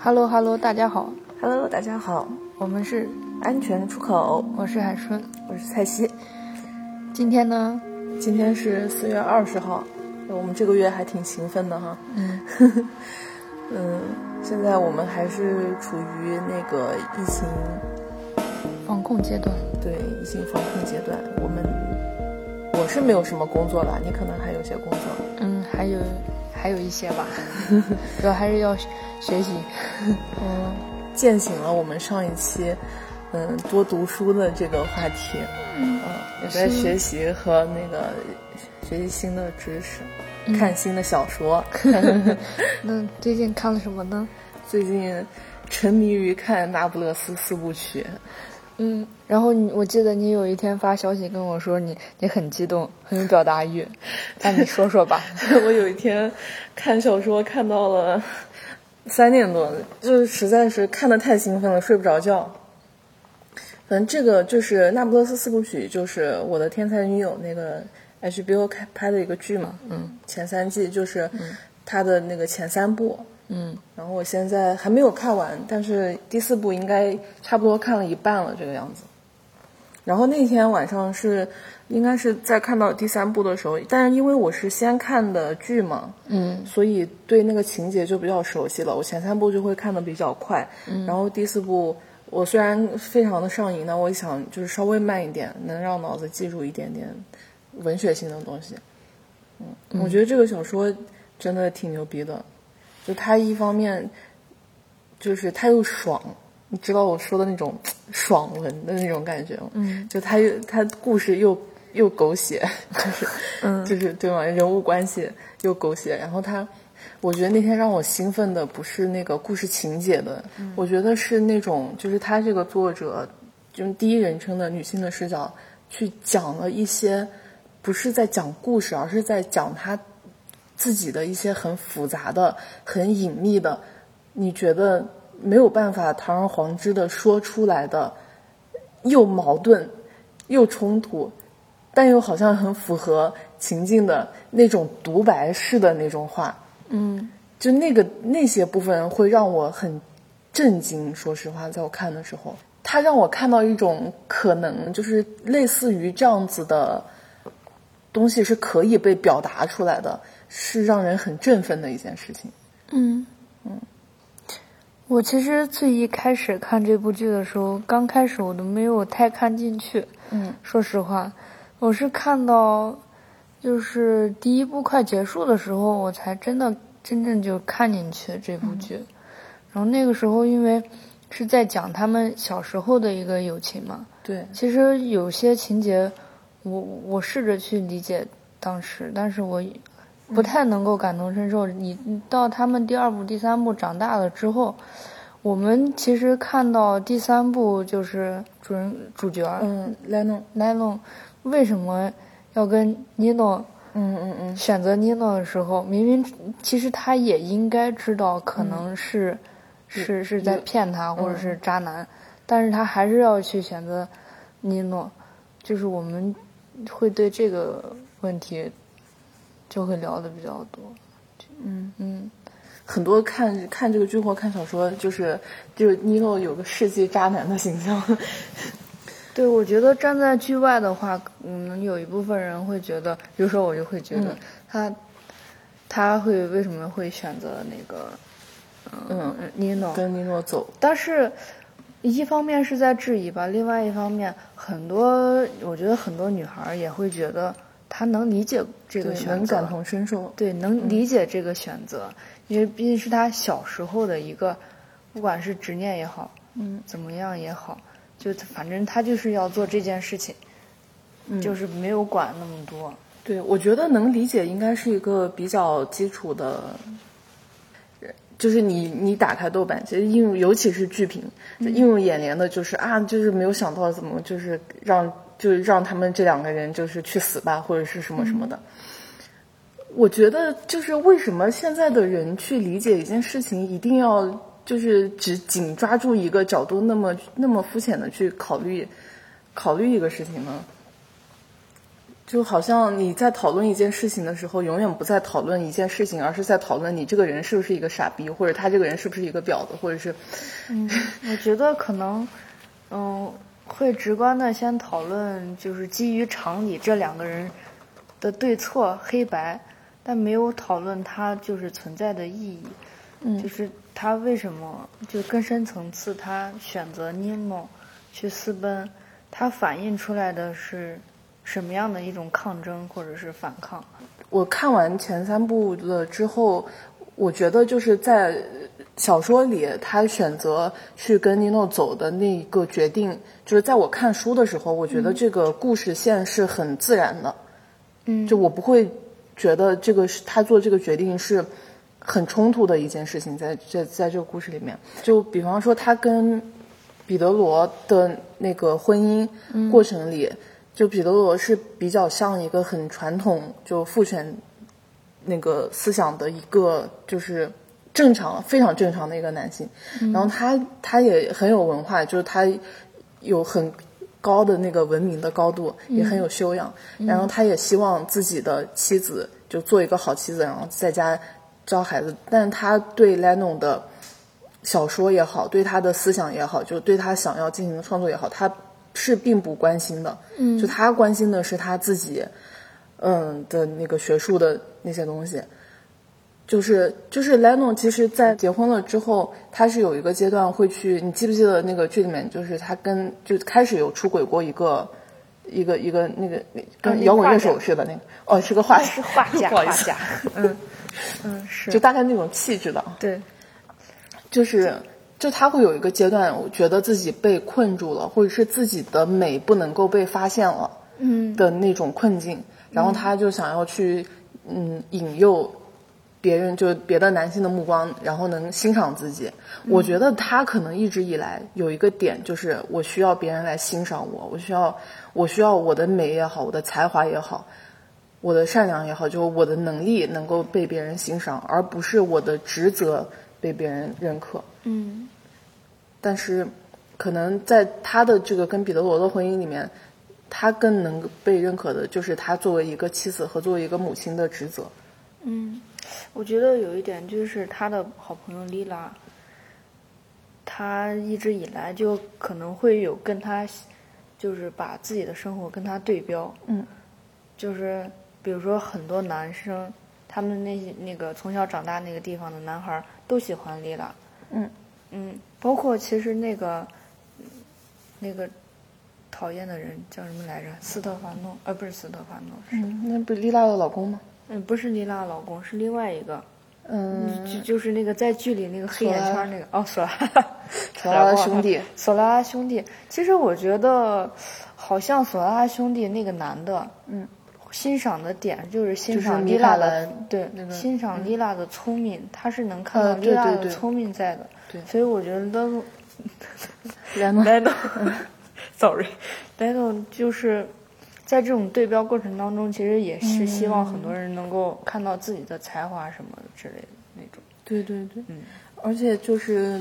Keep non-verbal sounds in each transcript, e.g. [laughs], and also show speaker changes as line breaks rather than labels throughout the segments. Hello Hello，大家好，
Hello，大家好，
我们是，
安全出口，
我是海顺。
我是蔡西。
今天呢，
今天是四月二十号，我们这个月还挺勤奋的哈。 [laughs]
嗯，
嗯，现在我们还是处于那个疫情
防控阶段，
对疫情防控阶段，我们我是没有什么工作了，你可能还有些工作。
嗯，还有还有一些吧， [laughs] 主要还是要学学习。
嗯，
哦
践行了我们上一期嗯多读书的这个话题，嗯，也在
是
学习和那个学习新的知识，看新的小 [laughs] 说。
[laughs] 那最近看了什么呢？
最近沉迷于看《那不勒斯四部曲 [laughs]
嗯，然后你我记得你有一天发消息跟我说你你很激动，很有表达 [laughs] 欲，那你说说吧。》。
我有一天看小说看到了三点多，就是实在是看的太兴奋了，睡不着觉。反正这个就是《那不勒斯四部曲》，就是我的天才女友那个 HBO 开拍的一个剧嘛，嗯，前三季就是它的那个前三部，
嗯，
然后我现在还没有看完，但是第四部应该差不多看了一半了，这个样子。然后那天晚上是，应该是在看到第三部的时候，但是因为我是先看的剧嘛，
嗯，
所以对那个情节就比较熟悉了。我前三部就会看的比较快，然后第四部我虽然非常的上瘾，但我想就是稍微慢一点，能让脑子记住一点点文学性的东西。嗯，我觉得这个小说真的挺牛逼的，就它一方面就是它又爽，你知道我说的那种爽文的那种感觉吗？嗯，就它又它故事又又狗血， [laughs] 就是、就是对吗？人物关系又狗血，然后它。我觉得那天让我兴奋的不是那个故事情节的，我觉得是那种就是他这个作者用第一人称的女性的视角去讲了一些不是在讲故事，而是在讲他自己的一些很复杂的、很隐秘的，你觉得没有办法堂而皇之的说出来的，又矛盾又冲突，但又好像很符合情境的那种独白式的那种话。
嗯
就那个那些部分会让我很震惊。说实话，在我看的时候，它让我看到一种可能，就是类似于这样子的东西是可以被表达出来的，是让人很振奋的一件事情。
我其实最一开始看这部剧的时候，刚开始我都没有太看进去。
嗯，
说实话，我是看到就是第一部快结束的时候，我才真的真正就看进去这部剧。然后那个时候，因为是在讲他们小时候的一个友情嘛，
对，
其实有些情节我，我试着去理解当时，但是我不太能够感同身受。你你到他们第二部、第三部长大了之后，我们其实看到第三部就是主人主角
嗯，莱农，
奈龙为什么要跟尼诺
嗯嗯嗯，
选择尼诺的时候，明明其实他也应该知道可能是、是是在骗他或者是渣男，但是他还是要去选择尼诺，就是我们会对这个问题就会聊的比较多。嗯嗯，
很多看看这个剧或看小说，就是就是尼诺有个世纪渣男的形象。 [laughs]
对，我觉得站在剧外的话，嗯，有一部分人会觉得，比如说我就会觉得他、他会为什么会选择那个
嗯，
嗯尼诺？
跟尼诺走，
但是，一方面是在质疑吧，另外一方面，很多我觉得很多女孩儿也会觉得她能理解这个
对，
选
能
择，
感同嗯身受。
对，能理解这个选择，因为毕竟是她小时候的一个，不管是执念也好，
嗯，
怎么样也好，就反正她就是要做这件事情，
嗯
就是没有管那么多。
对，我觉得能理解应该是一个比较基础的，就是你你打开豆瓣，其实映入尤其是剧评，就映入眼帘的就是啊，就是没有想到怎么就是让就是让他们这两个人就是去死吧，或者是什么什么的。我觉得就是为什么现在的人去理解一件事情，一定要就是只紧抓住一个角度，那么那么肤浅的去考虑考虑一个事情呢？就好像你在讨论一件事情的时候，永远不在讨论一件事情，而是在讨论你这个人是不是一个傻逼，或者他这个人是不是一个婊子，或者是，
嗯，我觉得可能，嗯，会直观的先讨论，就是基于常理这两个人的对错黑白，但没有讨论它就是存在的意义，
嗯
就是他为什么就更深层次，他选择尼莫去私奔，它反映出来的是什么样的一种抗争或者是反抗？
我看完前三部了之后，我觉得就是在小说里，他选择去跟尼诺走的那一个决定，就是在我看书的时候，我觉得这个故事线是很自然的，
嗯
就我不会觉得这个是他做这个决定是很冲突的一件事情在，在在这个故事里面，就比方说他跟彼得罗的那个婚姻过程里，就彼得罗是比较像一个很传统就父权那个思想的一个就是正常非常正常的一个男性，然后他他也很有文化，就是他有很高的那个文明的高度，也很有修养，然后他也希望自己的妻子就做一个好妻子，然后在家教孩子，但他对 Leno 的。小说也好，对他的思想也好，就对他想要进行的创作也好，他是并不关心的。嗯，就他关心的是他自己，嗯的那个学术的那些东西。就是就是 Leno，其实，在结婚了之后，他是有一个阶段会去，你记不记得那个剧里面，就是他跟就开始有出轨过一个一个一个啊那个跟摇滚乐手似的那个，哦，是个画 [laughs] 家，
是画家，
不好
画
意思
家， [laughs] 嗯嗯是，
就大概那种气质的啊。
对，
就是就他会有一个阶段，我觉得自己被困住了，或者是自己的美不能够被发现了，
嗯
的那种困境，然后他就想要去嗯引诱。别人就别的男性的目光，然后能欣赏自己。我觉得他可能一直以来有一个点，就是我需要别人来欣赏我，我需要我需要我的美也好，我的才华也好，我的善良也好，就是我的能力能够被别人欣赏，而不是我的职责被别人认可。
嗯
但是，可能在他的这个跟彼得罗的婚姻里面，他更能被认可的就是他作为一个妻子和作为一个母亲的职责。
嗯，我觉得有一点就是他的好朋友莉拉，他一直以来就可能会有跟他，就是把自己的生活跟他对标，
嗯，
就是比如说很多男生，他们那些那个从小长大那个地方的男孩儿都喜欢莉拉，
嗯
嗯，包括其实那个那个讨厌的人叫什么来着？斯特凡诺，呃，不是斯特凡诺，是
嗯，那不是莉拉的老公吗？
嗯，不是莉拉的老公，是另外一个。
嗯，
就就是那个在剧里那个黑眼圈儿那个哦， [laughs] 索拉，
索拉拉
忘了
兄弟，
索拉拉兄弟。其实我觉得，好像索拉拉兄弟那个男的，
嗯，
欣赏的点就是欣
就是
赏
米
莉
塔
拉的
兰，
对，
那个
欣赏莉拉的聪明，他是能看
呃
到莉
对
拉
对
的
对
聪明在的。
对
所以我觉得
莱诺，
莱，sorry，莱总就是在这种对标过程当中，其实也是希
嗯
望很多人能够看到自己的才华什么之类的那种。
对对对，嗯，而且就是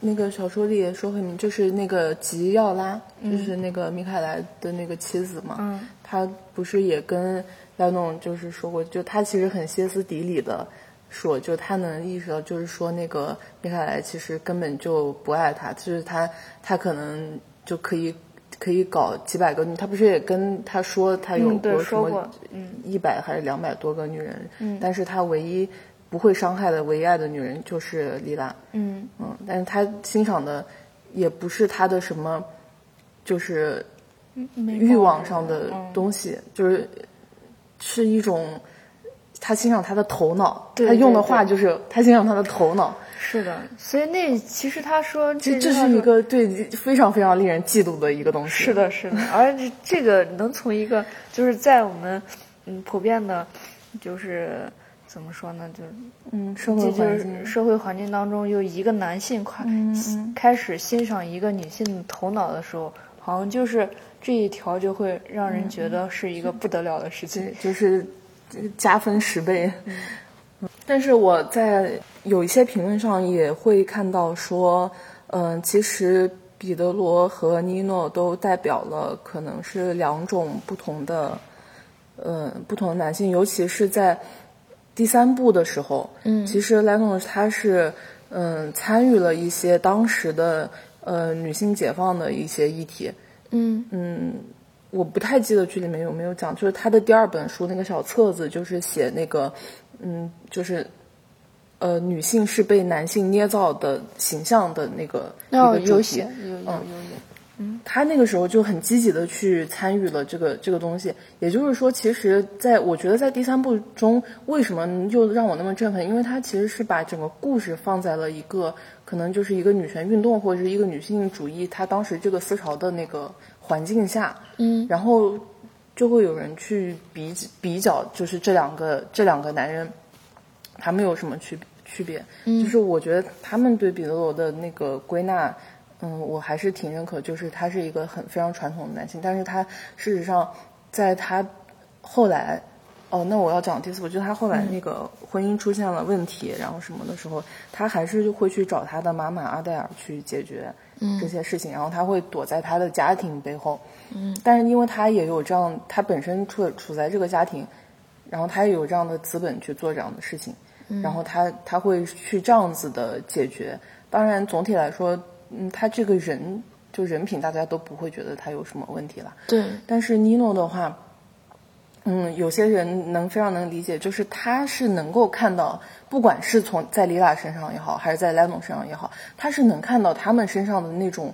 那个小说里也说很明，就是那个吉耀拉，就是那个米凯莱的那个妻子嘛，
嗯，
他不是也跟莱农就是说过，就他其实很歇斯底里的说，就他能意识到，就是说那个米凯莱其实根本就不爱他，就是他他可能就可以。可以搞几百个女，他不是也跟他说他有
嗯对
过什
说
么
过嗯
一百还是两百多个女人，但是他唯一不会伤害的、唯一爱的女人就是莉拉，
嗯
嗯，但是他欣赏的也不是他的什么，就是
嗯
欲望上的东西，就是是一种他欣赏他的头脑，
对
他用的
对对
话就是他欣赏他的头脑，
是的，所以那其实他说
这这
这句话
是一
说
个对非常非常令人嫉妒的一个东西，
是的，是的，而且这个能从一个就是在我们嗯普遍的，就是怎么说呢，就是
嗯，社
这
会
就
环境
是，社会环境当中，有一个男性快、
嗯
开始欣赏一个女性的头脑的时候，好像就是这一条就会让人觉得是一个不得了的事情。
嗯对，就是加分十倍。嗯但是我在有一些评论上也会看到说，嗯、其实彼得罗和尼诺都代表了可能是两种不同的呃不同的男性，尤其是在第三部的时候，嗯，其实莱诺他是嗯、参与了一些当时的呃女性解放的一些议题，
嗯
我不太记得剧里面有没有讲，就是他的第二本书那个小册子，就是写那个，嗯，就是，呃，女性是被男性捏造的形象的那个一
那
个主
哦有
题
写，有有有有，
他那个时候就很积极的去参与了这个这个东西。也就是说，其实在我觉得在第三部中，为什么又让我那么振奋？因为他其实是把整个故事放在了一个可能就是一个女权运动或者是一个女性主义，她当时这个思潮的那个环境下，嗯，然后就会有人去比比较，就是这两个这两个男人，他们有什么区区别？就是我觉得他们对彼得罗的那个归纳，嗯，我还是挺认可，就是他是一个很非常传统的男性，但是他事实上在他后来，哦，那我要讲第四部，就是他后来那个婚姻出现了问题，然后什么的时候，他还是会去找他的妈妈阿黛尔去解决这些事情，然后他会躲在他的家庭背后，嗯，但是因为他也有这样，他本身处处在这个家庭，然后他也有这样的资本去做这样的事情，然后他他会去这样子的解决。当然，总体来说，嗯，他这个人就人品，大家都不会觉得他有什么问题了。
对，
但是尼诺的话，嗯，有些人能非常能理解，就是他是能够看到，不管是从在李拉身上也好，还是在莱农身上也好，他是能看到他们身上的那种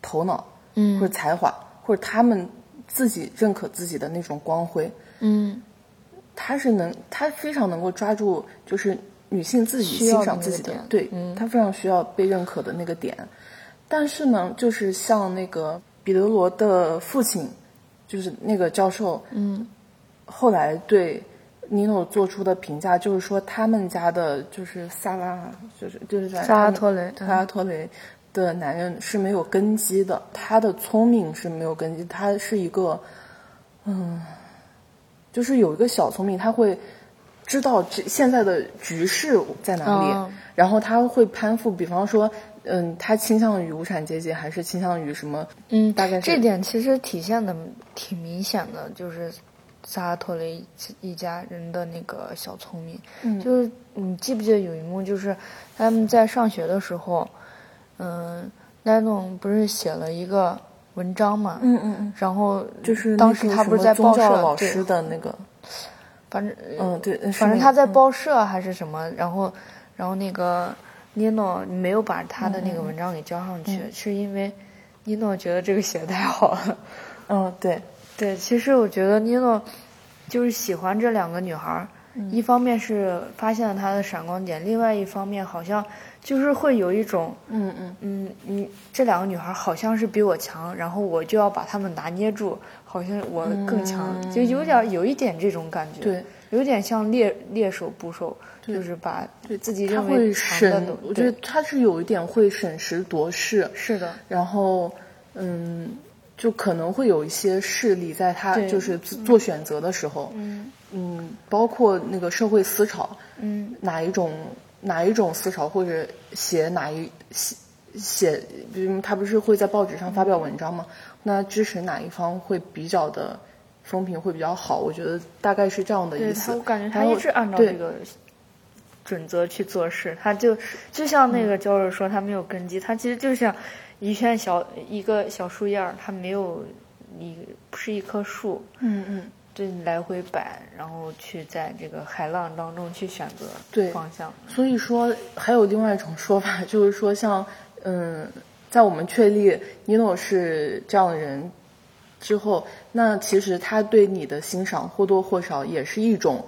头脑，嗯，或者才华，或者他们自己认可自己的那种光辉，
嗯，
他是能，他非常能够抓住，就是女性自己
需要
欣
的
赏
那
自
个
己的
点，嗯
对，他非常需要被认可的那个点。但是呢，就是像那个彼得罗的父亲，就是那个教授，嗯，后来对尼诺做出的评价就是说，他们家的就是萨拉，就是就是在
萨拉
他们
托雷
萨拉托雷的男人是没有根基的，他的聪明是没有根基，他是一个，嗯，就是有一个小聪明，他会知道这现在的局势在哪里，
哦
然后他会攀附，比方说，嗯，他倾向于无产阶级，还是倾向于什么？
嗯，
大概是
这点其实体现的挺明显的，就是萨拉托雷一家人的那个小聪明。
嗯
就是你记不记得有一幕，就是他们在上学的时候，嗯，莱农不是写了一个文章嘛，
嗯嗯嗯，
然后
就是
当时
那个
他
什
不是
么
在
宗
报社
教老
对
师的那个，
反正
嗯，对，是
反正
那
他
个
在报社啊还是什么，然后，然后那个尼诺没有把他的
嗯
那个文章给交上去，是因为尼诺觉得这个写得太好了。
嗯，对，
对，其实我觉得尼诺就是喜欢这两个女孩儿，
嗯
一方面是发现了她的闪光点，另外一方面好像就是会有一种，
嗯嗯，
嗯，你这两个女孩好像是比我强，然后我就要把她们拿捏住，好像我更强，就有点有一点这种感觉，
嗯对，
有点像猎猎手捕手，就是把自己
他
认为
会
强的
审
都，，
我觉
对
得他是有一点会审时度势，
是的，
然后，嗯，就可能会有一些势力在他
对嗯
就是做选择的时候，嗯包括那个社会思潮，
嗯，
哪一种哪一种思潮或者写哪一写写，比如他不是会在报纸上发表文章吗？那支持哪一方会比较的风评会比较好？我觉得大概是这样的
对
意
他，
思。
我感觉他
然后
一直按照
对
这个准则去做事，他就就像那个
嗯
教授说，他没有根基，他其实就像一片小一个小树叶儿，它没有一不是一棵树，
嗯嗯，
对你来回摆，然后去在这个海浪当中去选择
对
方向。
所以说，还有另外一种说法， [laughs] 就是说像，嗯，在我们确立尼诺是这样的人之后，那其实他对你的欣赏或多或少也是一种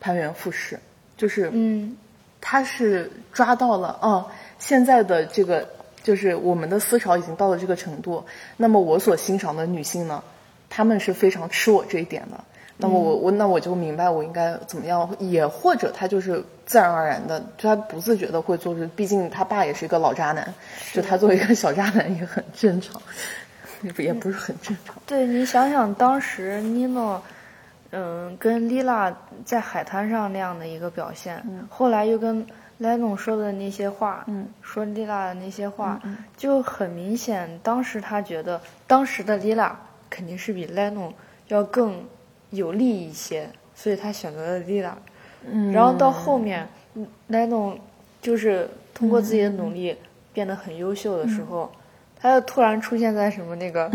攀援附势，就是
嗯，
他是抓到了啊，现在的这个就是我们的思潮已经到了这个程度，那么我所欣赏的女性呢，她们是非常吃我这一点的。那么我、我那我就明白我应该怎么样，也或者她就是自然而然的，就她不自觉的会做出，毕竟她爸也是一个老渣男，就她作为一个小渣男也很正常， [laughs] 也不也不是很正常。
对你想想，当时尼诺，嗯，跟莉拉在海滩上那样的一个表现，后来又跟莱农说的那些话，说莉拉的那些话，就很明显，当时他觉得当时的莉拉肯定是比莱农要更有利一些，所以他选择了 Lila。嗯，然后到后面，莱农就是通过自己的努力变得很优秀的时候，他又突然出现在什么那个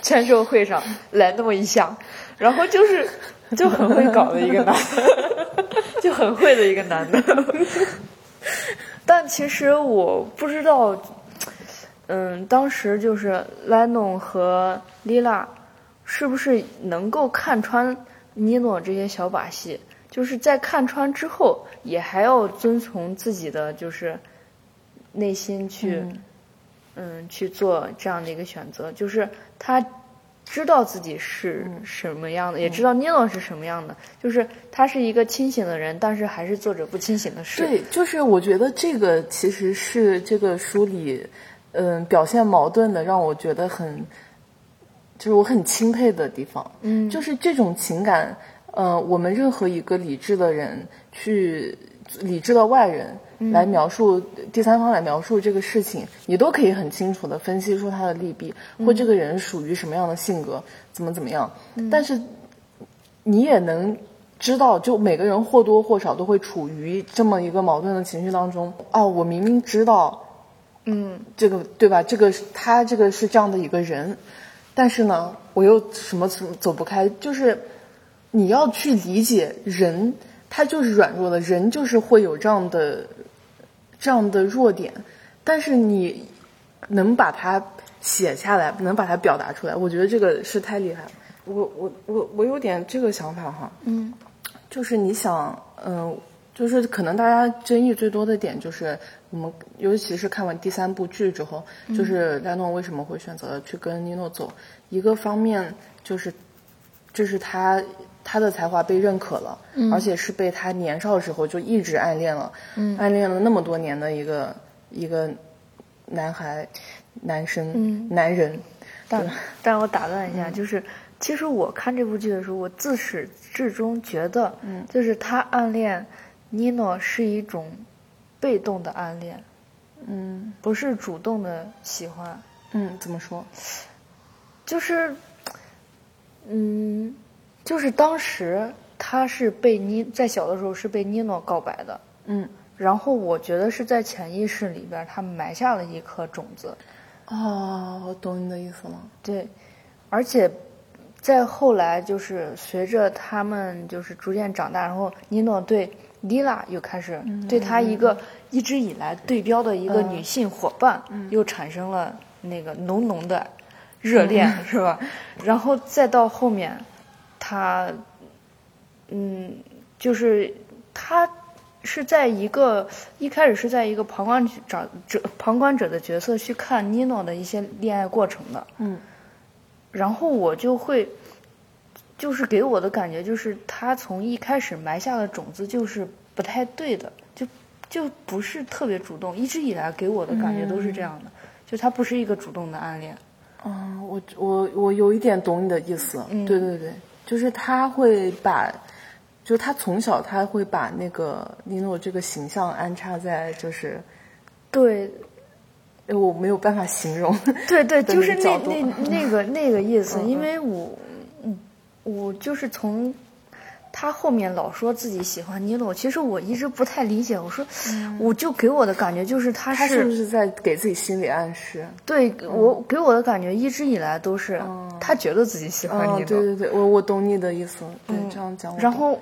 签售会上来那么一下，然后就是就很会搞的一个男的， [laughs] 就很会的一个男的。 [laughs] 但其实我不知道，嗯，当时就是 Leno 和 Lila 是不是能够看穿尼诺这些小把戏？就是在看穿之后，也还要遵从自己的就是内心去，
嗯
嗯去做这样的一个选择。就是他知道自己是什么样的，也知道尼诺是什么样的。就是他是一个清醒的人，但是还是做着不清醒的事。
对，就是我觉得这个其实是这个书里，嗯，表现矛盾的，让我觉得很，就是我很钦佩的地方。嗯，就是这种情感，呃，我们任何一个理智的人去理智的外人。来描述第三方来描述这个事情，你都可以很清楚的分析出他的利弊，或这个人属于什么样的性格，怎么怎么样。但是你也能知道，就每个人或多或少都会处于这么一个矛盾的情绪当中。哦，我明明知道
嗯，
这个，对吧？这个是他这个是这样的一个人，但是呢，我又什么走走不开，就是你要去理解人，他就是软弱的，人就是会有这样的这样的弱点，但是你能把它写下来，能把它表达出来，我觉得这个是太厉害了。我我我我有点这个想法哈，
嗯，
就是你想，嗯、就是可能大家争议最多的点就是，我们尤其是看完第三部剧之后，就是莱诺为什么会选择去跟尼诺走？一个方面就是，就是他他的才华被认可了，而且是被他年少时候就一直暗恋了，暗恋了那么多年的一个一个男孩、男生、男人，
但但我打断一下，就是其实我看这部剧的时候，我自始至终觉得，就是他暗恋妮诺是一种被动的暗恋，
嗯
不是主动的喜欢，
嗯，怎么说？
就是，嗯，就是当时他是被妮在小的时候是被妮诺告白的，
嗯，
然后我觉得是在潜意识里边，他埋下了一颗种子，
哦，我懂你的意思了。
对，而且再后来就是随着他们就是逐渐长大，然后尼诺对莉拉又开始对他一个一直以来对标的一个女性伙伴，又产生了那个浓浓的热恋， [laughs] 是吧？然后再到后面，他嗯，就是他是在一个一开始是在一个旁观者者旁观者的角色去看妮诺的一些恋爱过程的，
嗯，
然后我就会，就是给我的感觉就是他从一开始埋下的种子就是不太对的，就就不是特别主动，一直以来给我的感觉都是这样的，就他不是一个主动的暗恋，
嗯，我嗯我我有一点懂你的意思，对对对，就是他会把，就是他从小他会把那个尼诺这个形象安插在，就是
对，
哎我没有办法形 [laughs] 容，
对对，
的
就
那
是
个
那
角度
那那个那个意思，因为我嗯我就是从他后面老说自己喜欢尼诺，其实我一直不太理解，我说、我就给我的感觉就是嗯他
他是不
是
是在给自己心理暗示？
对我给我的感觉一直以来都是、他觉得自己喜欢尼诺，
嗯，对对对，我我懂你的意思，对，这样讲我懂。
然后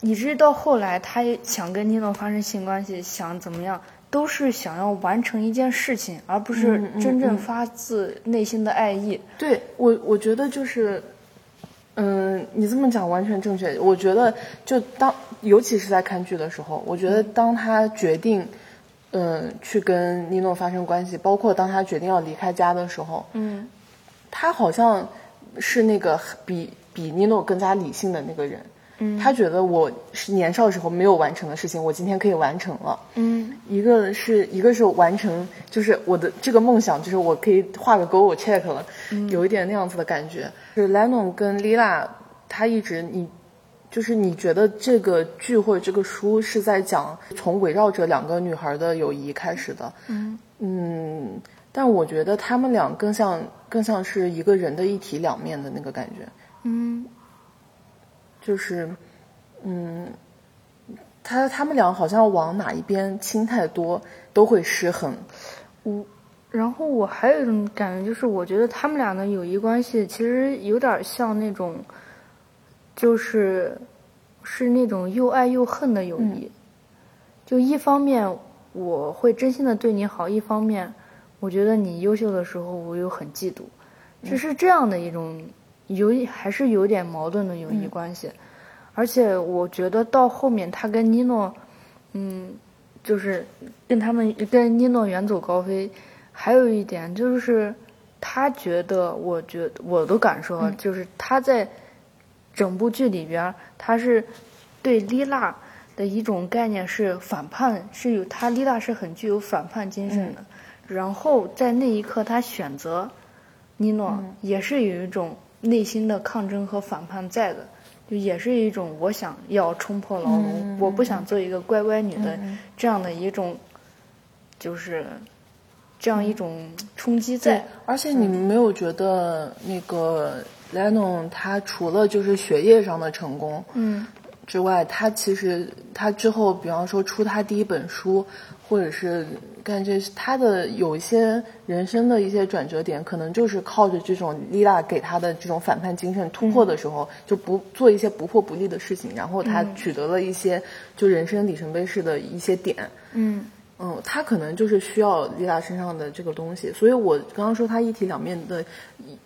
以至于到后来，他也想跟尼诺发生性关系，想怎么样，都是想要完成一件事情，而不是真正发自内心的爱意。
对我，我觉得就是，嗯，你这么讲完全正确。我觉得，就当尤其是在看剧的时候，我觉得当他决定，嗯，去跟尼诺发生关系，包括当他决定要离开家的时候，
嗯
他好像是那个比比尼诺更加理性的那个人。嗯，他觉得我是年少时候没有完成的事情，我今天可以完成了。
嗯
一个是一个是完成，就是我的这个梦想，就是我可以画个勾，我 check 了，有一点那样子的感觉。就是 Lennon 跟 Lila，他一直你就是你觉得这个剧或者这个书是在讲从围绕着两个女孩的友谊开始的，
嗯
嗯，但我觉得他们俩更像更像是一个人的一体两面的那个感觉。
嗯
就是，嗯，他他们俩好像往哪一边倾太多都会失衡。
然后我还有一种感觉，就是我觉得他们俩的友谊关系其实有点像那种，就是是那种又爱又恨的友谊。就一方面我会真心的对你好，一方面我觉得你优秀的时候我又很嫉妒，这是这样的一种有还是有点矛盾的友谊关系。而且我觉得到后面他跟尼诺，嗯，就是跟他们跟尼诺远走高飞。还有一点就是，他觉得，我觉我的感受啊，就是他在整部剧里边儿，他是对丽娜的一种概念是反叛，是有他丽娜是很具有反叛精神的。然后在那一刻，他选择尼诺，也是有一种内心的抗争和反叛在的。就也是一种我想要冲破牢笼，我不想做一个乖乖女的、这样的一种，就是这样一种冲击在。
而且你们没有觉得那个 Lennon 他除了就是学业上的成功，
嗯，
之外，他其实他之后，比方说出他第一本书，或者是干这他的有一些人生的一些转折点，可能就是靠着这种丽娜给他的这种反叛精神突破的时候，就不做一些不破不立的事情，然后他取得了一些就人生里程碑式的一些点。
嗯
嗯，他可能就是需要丽娜身上的这个东西，所以我刚刚说他一体两面的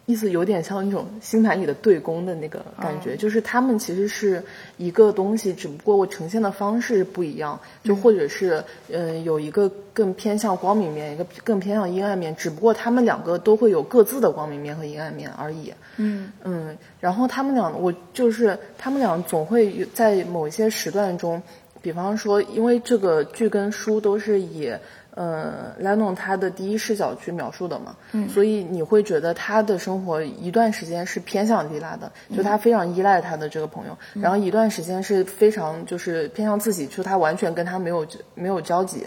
意思，有点像那种星盘里的对宫的那个感觉，就是他们其实是一个东西，只不过我呈现的方式不一样，就或者是嗯、呃有一个更偏向光明面，一个更偏向阴暗面，只不过他们两个都会有各自的光明面和阴暗面而已。
嗯
嗯，然后他们俩，我就是他们俩总会有在某一些时段中，比方说，因为这个剧跟书都是以呃莱农他的第一视角去描述的嘛，嗯，所以你会觉得他的生活一段时间是偏向丽拉的，就他非常依赖他的这个朋友，然后一段时间是非常就是偏向自己，就他完全跟他没有没有交集，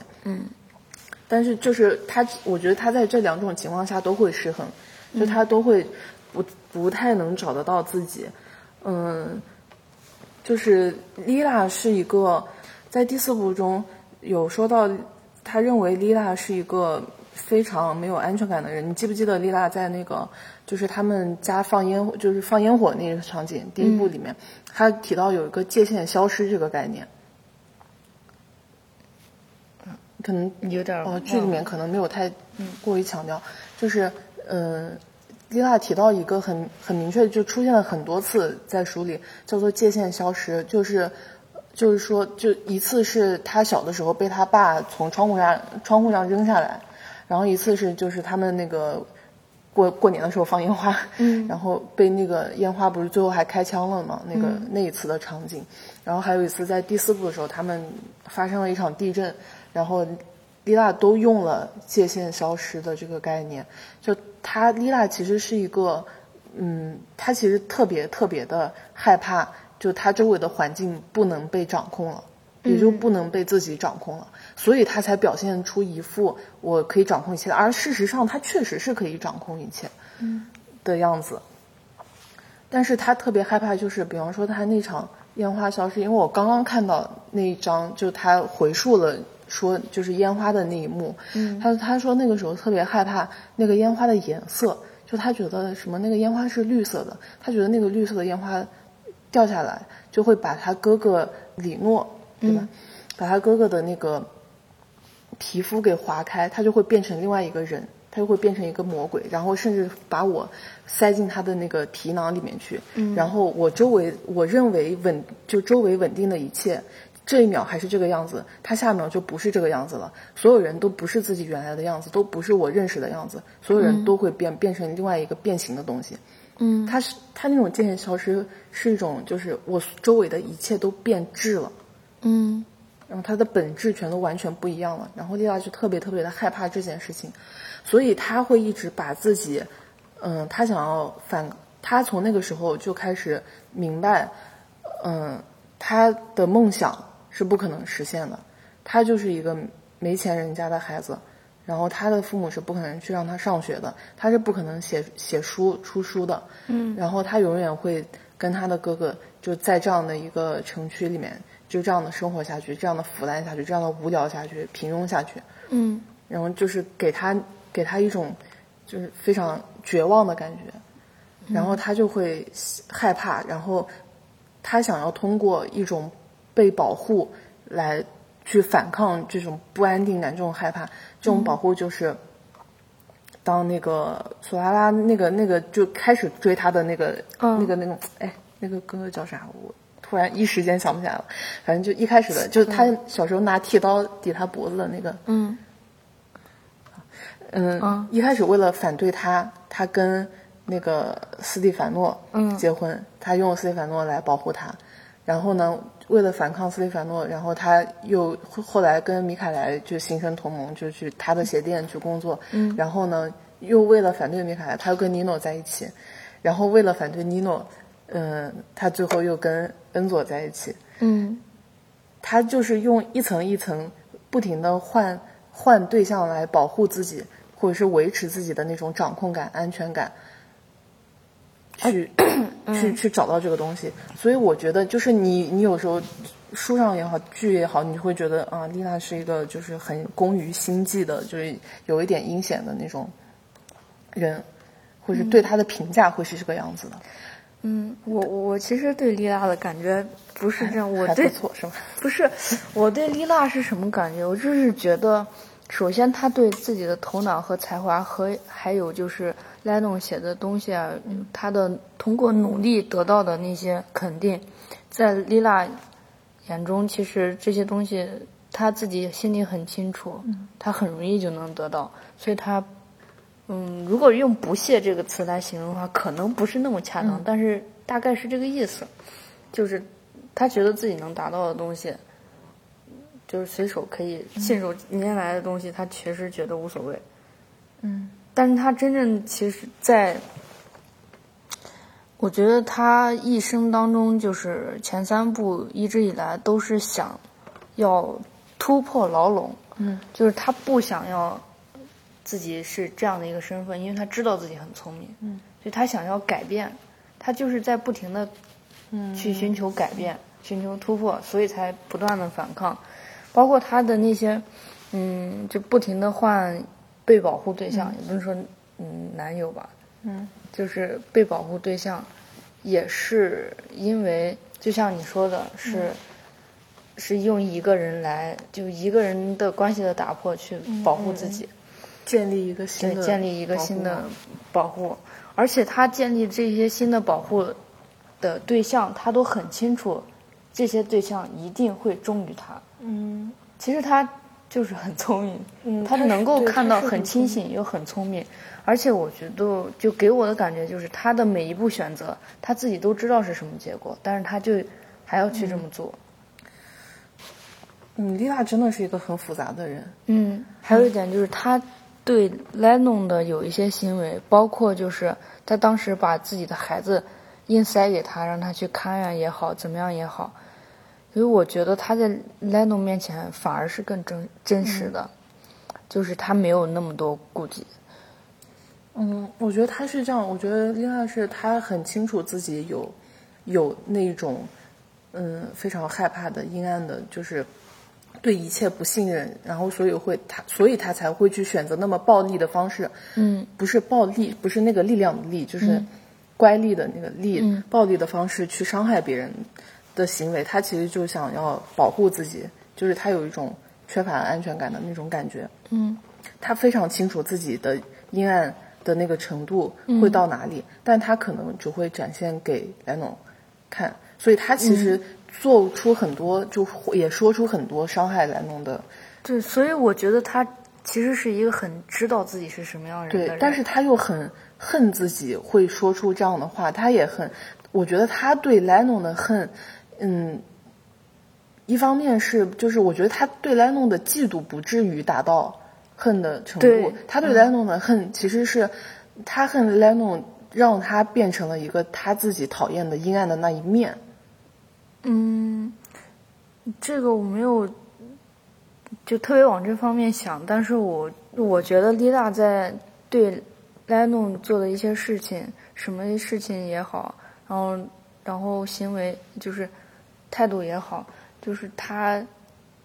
但是就是他，我觉得他在这两种情况下都会失衡，就他都会不不太能找得到自己。嗯，就是丽娜是一个在第四部中有说到，他认为丽娜是一个非常没有安全感的人。你记不记得丽娜在那个就是他们家放烟火，就是放烟火那个场景第一部里
嗯
面，他提到有一个界限消失这个概念。嗯可能
有点儿嗯
哦，剧里面可能没有太过于强调，就是嗯、呃丽娜提到一个很很明确，就出现了很多次在书里，叫做界限消失，就是就是说，就一次是他小的时候被他爸从窗户上窗户上扔下来，然后一次是就是他们那个过过年的时候放烟花，嗯， [laughs] 然后被那个烟花不是最后还开枪了嘛？那个、那一次的场景，然后还有一次在第四部的时候，他们发生了一场地震，然后丽娜都用了界限消失的这个概念，就她丽娜其实是一个，嗯，她其实特别特别的害怕，就她周围的环境不能被掌控了。也就不能被自己掌控了，所以她才表现出一副我可以掌控一切的，而事实上她确实是可以掌控一切的样子。但是他特别害怕，就是比方说他那场烟花消失，因为我刚刚看到那一张，就他回溯了说就是烟花的那一幕，他他说那个时候特别害怕那个烟花的颜色，就他觉得什么那个烟花是绿色的，他觉得那个绿色的烟花掉下来就会把他哥哥李诺，对吧？把他哥哥的那个皮肤给划开，他就会变成另外一个人，他就会变成一个魔鬼，然后甚至把我塞进他的那个皮囊里面去。然后我周围我认为稳就周围稳定的一切，这一秒还是这个样子，他下一秒就不是这个样子了。所有人都不是自己原来的样子，都不是我认识的样子，所有人都会变、变成另外一个变形的东西。
嗯
他是他那种渐渐消失是一种，就是我周围的一切都变质了。
嗯
然后它的本质全都完全不一样了。然后丽拉就特别特别的害怕这件事情，所以她会一直把自己，嗯、她想要反，她从那个时候就开始明白，嗯、她的梦想是不可能实现的。她就是一个没钱人家的孩子，然后她的父母是不可能去让她上学的，她是不可能写写书出书的，嗯，然后她永远会跟他的哥哥就在这样的一个城区里面，就这样的生活下去，这样的腐烂下去，这样的无聊下去，平庸下去，
嗯
然后就是给他给他一种就是非常绝望的感觉，然后他就会害怕，然后他想要通过一种被保护来去反抗这种不安定感、这种害怕，这种保护就是。当那个索拉拉那个那个就开始追他的那个、
嗯
那个那种哎那个哥哥叫啥？我突然一时间想不起来了。反正就一开始的，就是他小时候拿剃刀抵他脖子的那个，
嗯
嗯
啊，
一开始为了反对他，他跟那个斯蒂凡诺
嗯
结婚，他用斯蒂凡诺来保护他。然后呢，为了反抗斯蒂凡诺，然后他又后后来跟米凯莱就形成同盟，就去他的鞋店去工作。嗯，然后呢，又为了反对米凯莱，他又跟尼诺在一起。然后为了反对尼诺，嗯，他最后又跟恩佐在一起。
嗯
他就是用一层一层不停的换换对象来保护自己，或者是维持自己的那种掌控感、安全感，去、 [clears throat] 去去找到这个东西。所以我觉得，就是你你有时候书上也好，剧也好，你会觉得啊，丽娜是一个就是很工于心计的，就是有一点阴险的那种人，或者对她的评价会是这个样子的，
嗯，我我其实对莉拉的感觉不是这样，我
还不
对
错是吧？
不是，我对莉娜是什么感觉？我就是觉得，首先她对自己的头脑和才华和还有就是莱农写的东西啊，她的通过努力得到的那些肯定，在莉娜眼中，其实这些东西她自己心里很清楚，她很容易就能得到，所以她。嗯，如果用“不屑”这个词来形容的话，可能不是那么恰当，但是大概是这个意思。就是他觉得自己能达到的东西，就是随手可以信手拈来的东西，他确实觉得无所谓。
嗯，
但是他真正其实在，我觉得他一生当中，就是前三部一直以来都是想要突破牢笼，
嗯，
就是他不想要自己是这样的一个身份，因为他知道自己很聪明，嗯，所以他想要改变，他就是在不停的去寻求改变、寻求突破，所以才不断的反抗。包括他的那些，嗯，就不停的换被保护对象，也不是说嗯男友吧，
嗯，
就是被保护对象，也是因为就像你说的是。是用一个人来，就一个人的关系的打破去保护自己，
建立一个新
对，
的
建立一个
保护
新的
网
保护，而且他建立这些新的保护的对象，他都很清楚，这些对象一定会忠于他。
嗯。
其实他就是很聪明，
嗯
他
他是
能够
对
看
他
到
是
很
很
清醒又很聪明，而且我觉得就给我的感觉就是他的每一步选择，他自己都知道是什么结果，但是他就还要去这么做。
嗯，丽娜真的是一个很复杂的人。
嗯，还有一点就是他对 Lennon 的有一些行为，包括就是他当时把自己的孩子硬塞给他，让他去看呀也好，怎么样也好，所以我觉得他在 Lennon 面前反而是更真真实的，就是他没有那么多顾忌。
嗯，我觉得她是这样，我觉得丽娜是她很清楚自己有有那种嗯非常害怕的阴暗的，就是对一切不信任，然后所以会她，所以她才会去选择那么暴力的方式。
嗯，
不是暴力，不是那个力量的力，就是乖戾的那个力，暴力的方式去伤害别人的行为，他其实就想要保护自己，就是他有一种缺乏安全感的那种感觉。
嗯，
他非常清楚自己的阴暗的那个程度会到哪里，但他可能只会展现给莱农看，所以他其实做出很多，就也说出很多伤害莱农的，
对，所以我觉得他其实是一个很知道自己是什么样人的
对
人，，
但是他又很恨自己会说出这样的话，他也很，我觉得他对莱农的恨，嗯，一方面是就是我觉得他对莱农的嫉妒不至于达到恨的程度
对，
他对莱农的恨其实是、他恨莱农让他变成了一个他自己讨厌的阴暗的那一面，
嗯，这个我没有就特别往这方面想，但是我我觉得丽娜在对莱农做的一些事情，什么事情也好，然后然后行为就是态度也好，就是他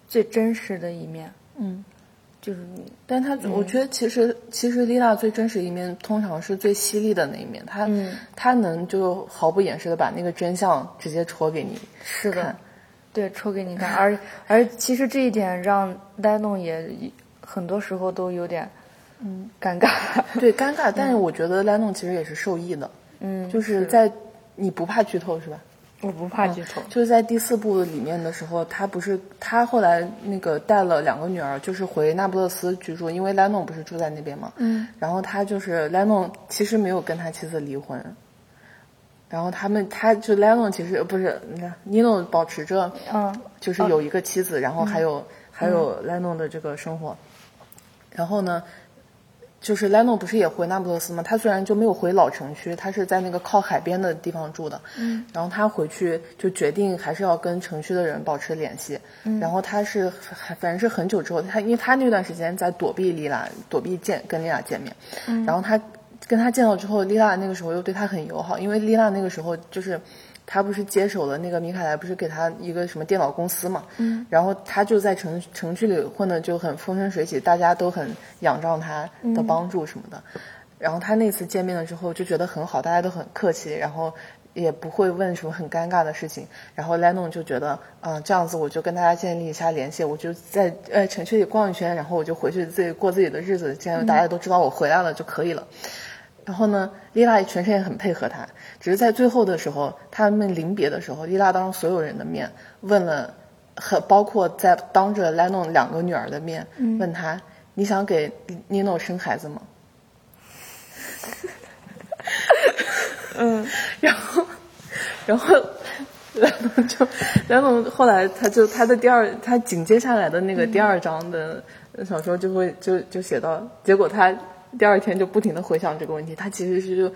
最真实的一面，
嗯，
就是
但他，
嗯
我觉得其实其实丽娜最真实一面，通常是最犀利的那一面。她
嗯
她能就毫不掩饰的把那个真相直接戳给
[laughs]
你。
是的
看，
对，戳给你看， [laughs] 而而其实这一点让呆弄也很多时候都有点嗯尴尬，
对，尴尬。但是我觉得 Leno 其实也是受益的，
嗯，
就是在你不怕剧透是吧？
[laughs] 我不怕剧透，
就是在第四部里面的时候，他不是他后来那个带了两个女儿，就是回那不勒斯居住，因为莱农不是住在那边嘛。
嗯。
然后他就是莱农其实没有跟他妻子离婚，然后他们他就莱农其实不是那尼诺保持着
嗯
就是有一个妻子，然后还有、还有莱诺的这个生活。然后呢，就是莱诺不是也回那不勒斯吗？他虽然就没有回老城区，他是在那个靠海边的地方住的。嗯。然后他回去就决定还是要跟城区的人保持联系。嗯。然后他是反正是很久之后，他因为他那段时间在躲避丽娜，躲避见跟丽娜见面。嗯。然后他跟他见到之后，丽娜那个时候又对他很友好，因为丽娜那个时候就是。他不是接手了那个米凯莱，不是给他一个什么电脑公司嘛？嗯，然后他就在城城区里混的就很风生水起，大家都很仰仗他的帮助什么的。然后他那次见面了之后就觉得很好，大家都很客气，然后也不会问什么很尴尬的事情。然后莱农就觉得，啊、这样子我就跟大家建立一下联系，我就在呃城区里逛一圈，然后我就回去自己过自己的日子，这样大家都知道我回来了就可以了。然后呢，丽娜全程也很配合他，只是在最后的时候，他们临别的时候，丽娜当着所有人的面问了，很包括在当着莱诺两个女儿的面、问他：“你想给妮诺生孩子吗？”
嗯，
然后，然后梁总就梁总后来他就他的第二他紧接下来的那个第二章的小说就会就就写到，结果他第二天就不停的回想这个问题，他其实是就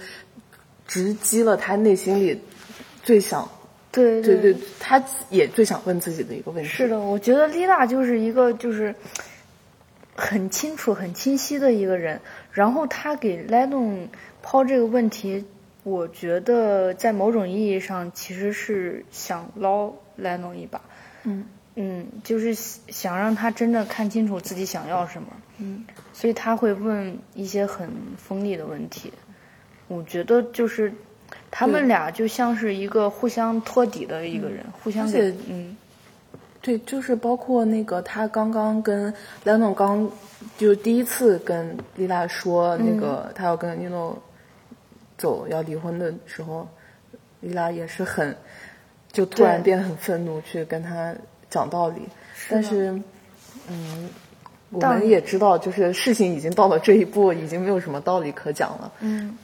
直击了他内心里最想
对
对对，他也最想问自己的一个问题。
是的，我觉得丽娜就是一个就是很清楚、很清晰的一个人。然后她给莱顿抛这个问题，我觉得在某种意义上其实是想捞莱顿一把。
嗯
嗯，就是想让他真的看清楚自己想要什么。
嗯，
所以他会问一些很锋利的问题。我觉得就是他们
对
俩就像是一个互相托底的一个人，互相给
而且
嗯
对，就是包括那个他刚刚跟 Leno 刚就第一次跟丽娜说那
嗯
个他要跟 Nino 走要离婚的时候，丽娜也是很就突然
对
变得很愤怒去跟他讲道理，但
的
是嗯，我
但
们也知道就是事情已经到了这一步，已经没有什么道理可讲了。
嗯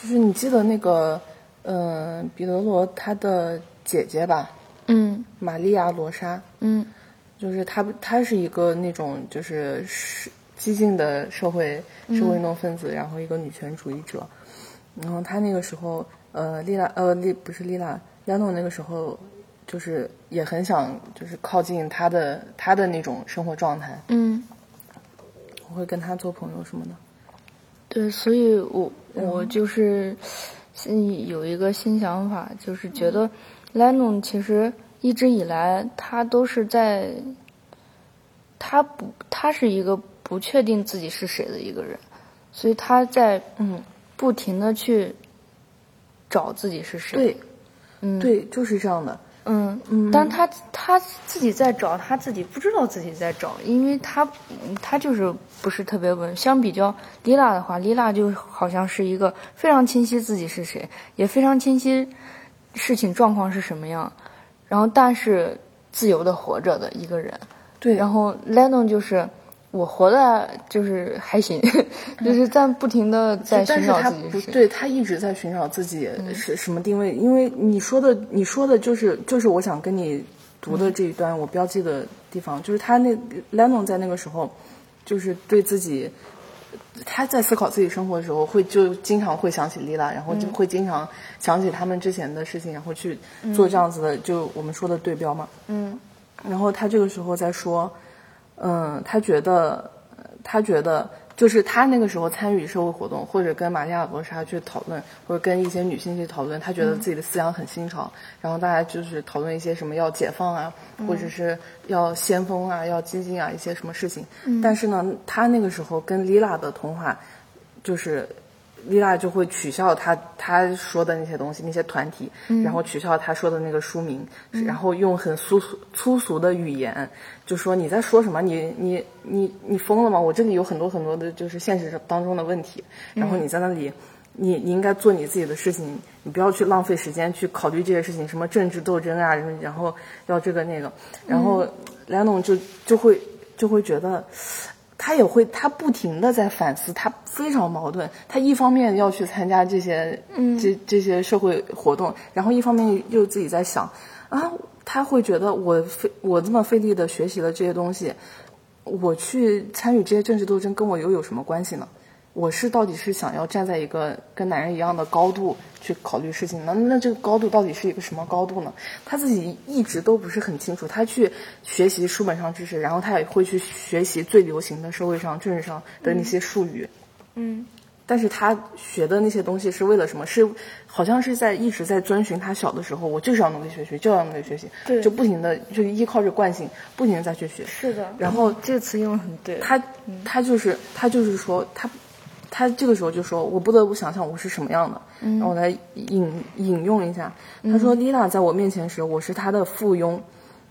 就是你记得那个嗯、呃彼得罗他的姐姐吧，
嗯
玛利亚罗莎，
嗯
就是他不，他是一个那种就是是激进的社会
嗯
社会运动分子，然后一个女权主义者。然后他那个时候，呃，丽娜，呃，丽不是丽娜，亚诺那个时候就是也很想就是靠近他的他的那种生活状态，
嗯，
我会跟他做朋友什么的。
对，所以我我就是心有一个新想法，就是觉得 Lennon 其实一直以来他都是在，他不他是一个不确定自己是谁的一个人，所以他在
嗯，
不停的去找自己是谁。
对，
嗯
对，就是这样的。
嗯，但他他自己在找，他自己不知道自己在找，因为他嗯他就是不是特别稳。相比较丽娜的话，丽娜就好像是一个非常清晰自己是谁，也非常清晰事情状况是什么样，然后但是自由的活着的一个人。
对，
然后 Lennon 就是我活的就是还行， [laughs] 就是在不停的在
但
寻
是
找
他
自己
不
是嗯谁。
对，他一直在寻找自己是什么定位，因为你说的你说的就是就是我想跟你读
嗯
的这一段我标记的地方，就是他那 Lennon 在那个时候，就是对自己。他在思考自己生活的时候，会就经常会想起丽拉，然后
嗯
就会经常想起他们之前的事情，然后去做这样子的，就我们说的对标嘛。
嗯
然后他这个时候在说，嗯，他觉得呃他觉得就是他那个时候参与社会活动，或者跟玛利亚·博啊莎去讨论，或者跟一些女性去讨论，他觉得自己的思想很新潮，然后大家就是讨论一些什么要解放啊，或者是要先锋啊，要激进啊一些什么事情。但是呢，他那个时候跟莉拉的通话，就是莉拉就会取笑他他说的那些东西，那些团体，然后取笑他说的那个书名，然后用很粗俗粗俗的语言就说你在说什么？你你你你疯了吗？我这里有很多很多的就是现实当中的问题，然后你在那里。你你应该做你自己的事情，你不要去浪费时间去考虑这些事情，什么政治斗争啊，然后要这个那个，然后莱农就就会就会觉得，他也会，他不停的在反思，他非常矛盾。他一方面要去参加这些，这这些社会活动，然后一方面又自己在想，啊，他会觉得我费我这么费力的学习了这些东西，我去参与这些政治斗争，跟我又有什么关系呢？我是到底是想要站在一个跟男人一样的高度去考虑事情呢？那这个高度到底是一个什么高度呢？他自己一直都不是很清楚。他去学习书本上知识，然后他也会去学习最流行的社会上、政治上的那些术语。
嗯
但是他学的那些东西是为了什么？是好像是在一直在遵循他小的时候，我就是要努力学习，就要努力学习，
对
就不停的就依靠着惯性，不停的再去学。
是的
然后
这个词用的很对。
他他就是他就是说他他这个时候就说，我不得不想象我是什么样的。嗯、然后我来引引用一下，他说：“丽娜在我面前时，我是她的附庸。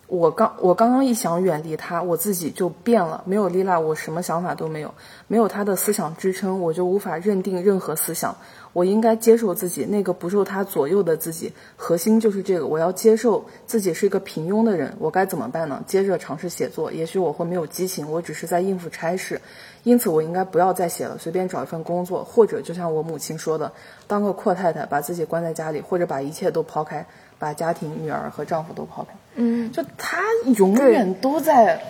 我刚我刚刚一想远离她，我自己就变了。没有丽娜，我什么想法都没有；没有她的思想支撑，我就无法认定任何思想。我应该接受自己那个不受她左右的自己。核心就是这个，我要接受自己是一个平庸的人。我该怎么办呢？接着尝试写作，也许我会没有激情，我只是在应付差事。因此，我应该不要再写了，随便找一份工作，或者就像我母亲说的，当个阔太太，把自己关在家里，或者把一切都抛开，把家庭、女儿和丈夫都抛开。
嗯，
就她永远都在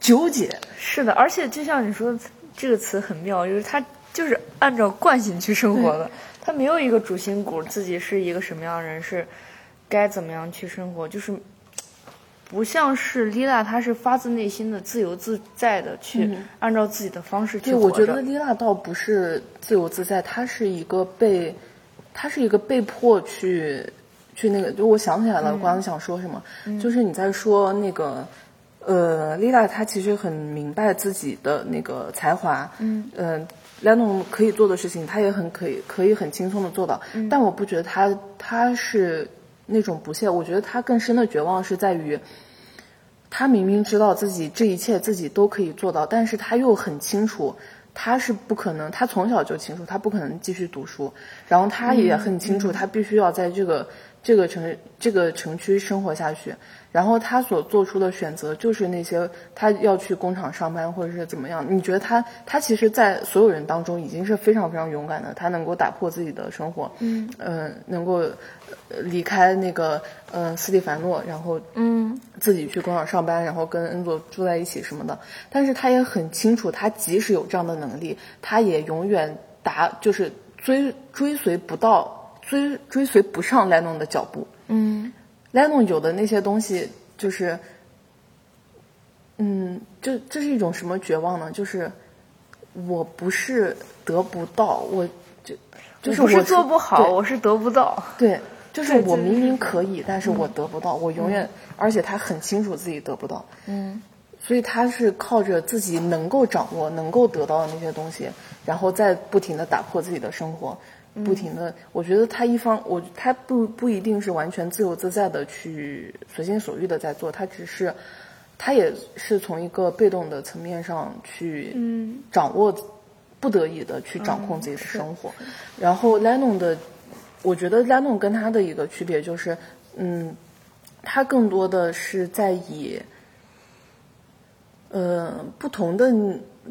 纠结。
是的，而且就像你说的，这个词很妙，就是他就是按照惯性去生活的，他没有一个主心骨，自己是一个什么样的人，是该怎么样去生活，就是不像是丽娜，她是发自内心的、自由自在的去按照自己的方式去
嗯对，
活
我
着。
觉得丽娜倒不是自由自在，她是一个被，她是一个被迫去去那个。就我想起来了，我刚
嗯
刚想说什么，就是你在说那个。呃，丽娜她其实很明白自己的那个才华，嗯，呃，莱农可以做的事情，她也很可以，可以很轻松的做到。
嗯
但我不觉得她她是那种不屑，我觉得她更深的绝望是在于，他明明知道自己这一切自己都可以做到，但是他又很清楚，他是不可能，他从小就清楚，他不可能继续读书，然后他也很清楚，他必须要在这个这个城这个城区生活下去，然后他所做出的选择就是那些他要去工厂上班或者是怎么样。你觉得他他其实，在所有人当中已经是非常非常勇敢的，他能够打破自己的生活，嗯，呃，能够呃离开那个呃斯蒂凡诺，然后
嗯，
自己去工厂上班，然后跟恩佐住在一起什么的。但是他也很清楚，他即使有这样的能力，他也永远达就是追追随不到，追追随不上莱农的脚步。
嗯，
莱农有的那些东西，就是，嗯，这这是一种什么绝望呢？就是我不是得不到，我就就是
我
我
不是做不好，
对
我是得不到。
对，就是
对
我
就是嗯
明明可以，但是我得不到，我永远，而且他很清楚自己得不到，
嗯，
所以他是靠着自己能够掌握、能够得到的那些东西，然后再不停的打破自己的生活，
嗯
不停的，我觉得他一方，我他不不一定是完全自由自在的去随心所欲的在做，他只是。他也是从一个被动的层面上去
嗯
掌握，不得已的去掌控自己的生活。然后 Lennon 的我觉得 Lennon 跟他的一个区别就是，嗯，他更多的是在以，呃，不同的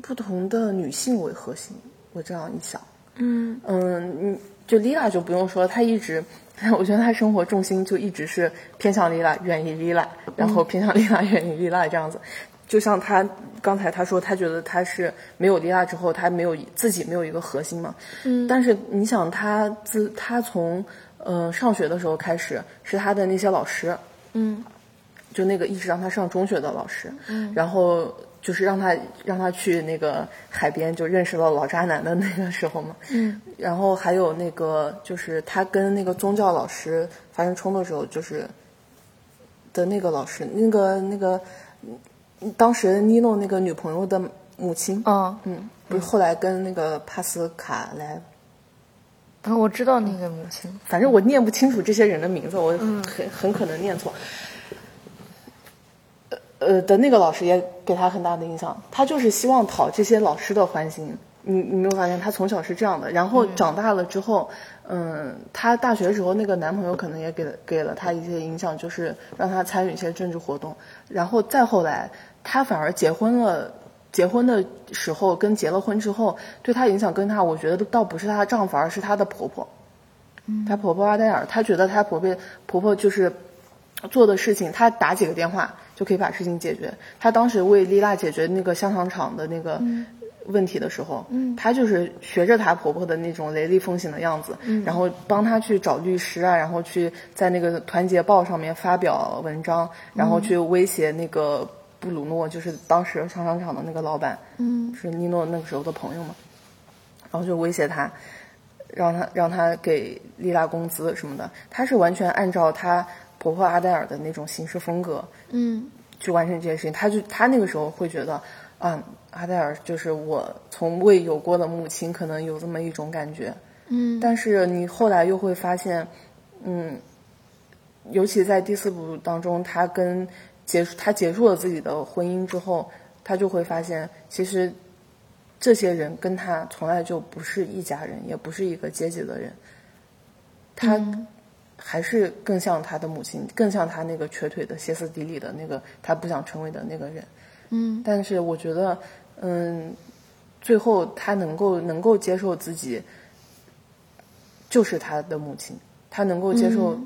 不同的女性为核心。我这样一想，
嗯
嗯，你就 Lila 就不用说，她一直， [laughs] 我觉得她生活重心就一直是偏向 Lila，远离 Lila，然后偏向 Lila，远 [laughs] 离 Lila 这样子。就像她刚才她说，她觉得她是没有 Lila 之后，她没有自己没有一个核心嘛。嗯。但是你想，她自她从呃上学的时候开始，是她的那些老师，
嗯
就那个一直让他上中学的老师，然后就是让他让他去那个海边，就认识了老渣男的那个时候嘛。
嗯。
然后还有那个，就是他跟那个宗教老师发生冲突的时候，就是的那个老师，那个那个，嗯当时尼诺那个女朋友的母亲，
啊，
嗯，不是后来跟那个帕斯卡莱，
然后我知道那个母亲，
反正我念不清楚这些人的名字，我很很可能念错。呃呃的那个老师也给他很大的影响，他就是希望讨这些老师的欢心。你你没有发现他从小是这样的，然后长大了之后，嗯，他大学时候那个男朋友可能也给了给了他一些影响，就是让他参与一些政治活动，然后再后来他反而结婚了。结婚的时候跟结了婚之后，对他影响更大，我觉得倒不是她的丈夫，而是她的婆婆。她婆啊婆阿黛尔，她觉得她婆婆婆婆就是做的事情，她打几个电话就可以把事情解决。她当时为丽娜解决那个香肠厂的那个问题的时候，她就是学着她婆婆的那种雷厉风行的样子，然后帮她去找律师啊，然后去在那个《团结报》上面发表文章，然后去威胁那个布鲁诺，就是当时香肠厂的那个老板，
嗯
是尼诺那个时候的朋友嘛，然后就威胁他，让他让他给丽拉工资什么的。他是完全按照他婆婆阿黛尔的那种行事风格
嗯
去完成这些事情。他就他那个时候会觉得，啊，阿黛尔就是我从未有过的母亲，可能有这么一种感觉。
嗯，
但是你后来又会发现，嗯，尤其在第四部当中，他跟结束他结束了自己的婚姻之后，他就会发现，其实这些人跟他从来就不是一家人，也不是一个阶级的人，他还是更像他的母亲，更像他那个瘸腿的歇斯底里的那个他不想成为的那个人。
嗯
但是我觉得，嗯，最后他能够能够接受自己，就是他的母亲，他能够接受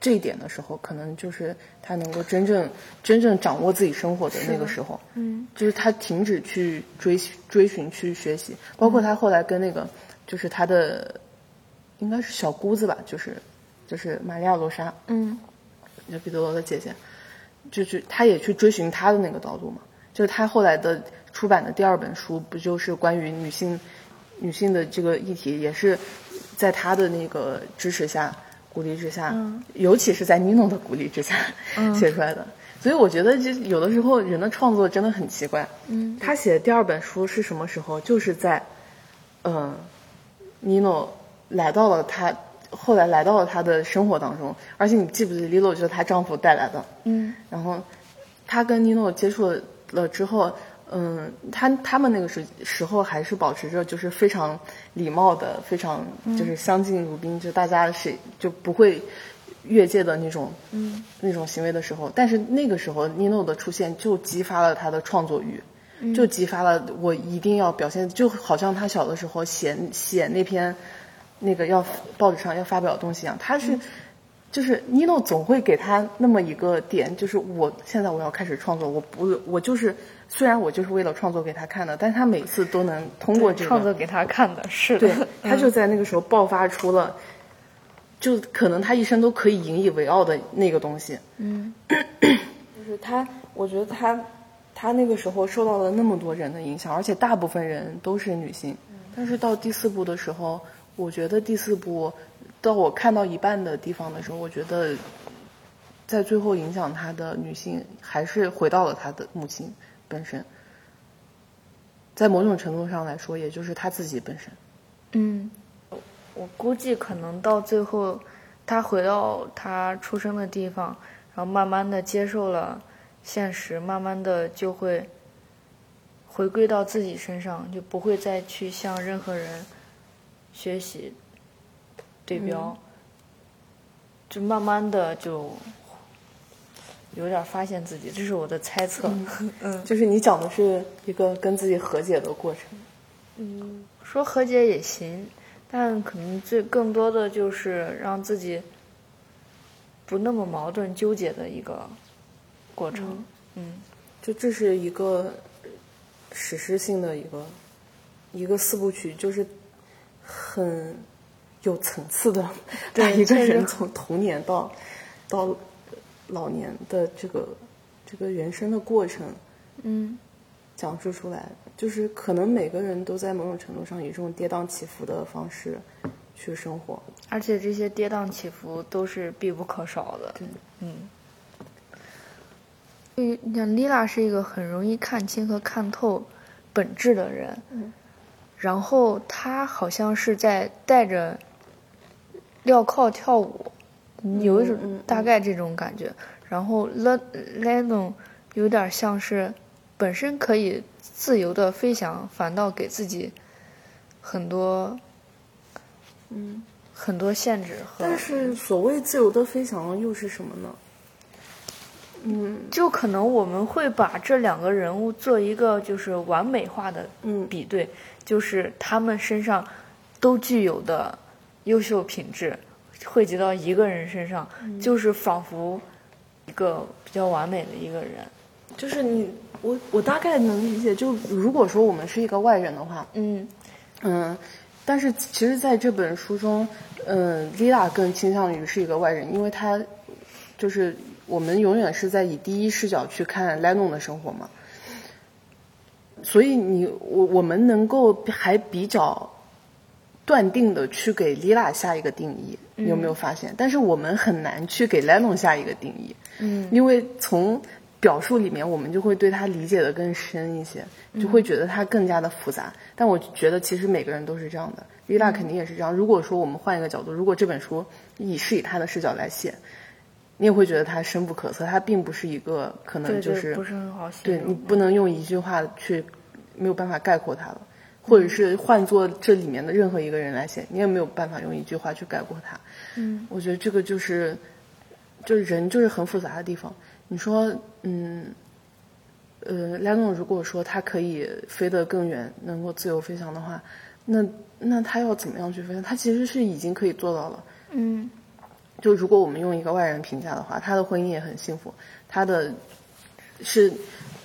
这一点的时候，可能就是他能够真正真正掌握自己生活的那个时候，
嗯
就是他停止去追追寻、去学习，包括他后来跟那个、就是他的应该是小姑子吧，就是就是玛利亚罗莎，
嗯
就彼得罗的姐姐，就是她也去追寻她的那个道路嘛。就是她后来的出版的第二本书，不就是关于女性女性的这个议题，也是在她的那个支持下、鼓励之下，尤其是在尼诺的鼓励之下、 [laughs] 写出来的。所以我觉得，就有的时候人的创作真的很奇怪。
嗯，
他写的第二本书是什么时候？就是在，嗯，尼诺来到了他后来来到了他的生活当中，而且你记不记得丽洛就是她丈夫带来的，
嗯
然后她跟尼诺接触了之后，嗯，她他们那个时时候还是保持着就是非常礼貌的，非常就是相敬如宾，就大家是就不会越界的那种，嗯，那种行为的时候，但是那个时候尼诺的出现就激发了他的创作欲。
嗯
就激发了我一定要表现，就好像他小的时候写写那篇那个要报纸上要发表的东西一样，他
嗯
是、就是尼诺总会给他那么一个点，就是我现在我要开始创作，我不我就是虽然我就是为了创作给他看的，但是他每次都能通过这个
创作给他看的，是
对
的，，
他就在那个时候爆发出了，就可能他一生都可以引以为傲的那个东西。
嗯，
[clears throat] 就是他，我觉得他，他那个时候受到了那么多人的影响，而且大部分人都是女性。但是到第四部的时候，我觉得第四部到我看到一半的地方的时候，我觉得在最后影响他的女性还是回到了他的母亲本身。在某种程度上来说，也就是他自己本身。
嗯，我估计可能到最后，他回到他出生的地方，然后慢慢的接受了现实，慢慢的就会回归到自己身上，就不会再去向任何人学习对标，就慢慢的就有点发现自己，这是我的猜测。
就是你讲的是一个跟自己和解的过程。
说和解也行，但可能最更多的就是让自己不那么矛盾纠结的一个过程。嗯
就这是一个史诗性的一个一个四部曲，就是很有层次的，把 [laughs]
对
一个
确实
人从童年到到老年的这个这个人生的过程，
嗯
讲述出来，就是可能每个人都在某种程度上以这种跌宕起伏的方式去生活。
而且这些跌宕起伏都是必不可少的。
对，
嗯。嗯，你看丽拉是一个很容易看清和看透本质的人，
嗯
然后她好像是在带着镣铐跳舞，有一种
嗯嗯
大概这种感觉。然后 Le Lennon 有点像是本身可以自由的飞翔，反倒给自己很多
嗯。
很多限制和，
但是
所谓自由的飞翔又是什么呢？
嗯
就可能我们会把这两个人物做一个就是完美化的
嗯
比对，就是他们身上都具有的优秀品质汇集到一个人身上，就是仿佛一个比较完美的一个人。
就是你，
我
我大概能理解。就如果说我们是一个外人的话，
嗯
嗯，但是其实在这本书中，嗯，丽拉更倾向于是一个外人，因为她就是我们永远是在以第一视角去看莱农的生活嘛，所以你我我们能够还比较断定的去给丽拉下一个定义，
嗯
你有没有发现？但是我们很难去给莱农下一个定义，
嗯
因为从表述里面，我们就会对它理解的更深一些，
嗯
就会觉得它更加的复杂。但我觉得其实每个人都是这样的，丽
嗯
娜肯定也是这样。如果说我们换一个角度，如果这本书以是以她的视角来写，你也会觉得它深不可测，它并不是一个可
对
能嗯就
对，
是
不是很好形
对
容。
你不能用一句话去没有办法概括它了，或者是换做这里面的任何一个人来写，你也没有办法用一句话去概括它。
嗯，
我觉得这个就是，就是人就是很复杂的地方。你说，嗯，呃，莱诺如果说他可以飞得更远，能够自由飞翔的话，那那他要怎么样去飞翔？他其实是已经可以做到了。
嗯
就如果我们用一个外人评价的话，他的婚姻也很幸福，他的是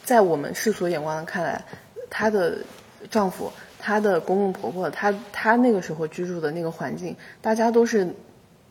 在我们世俗眼光看来，她的丈夫、她的公公婆婆、她她那个时候居住的那个环境，大家都是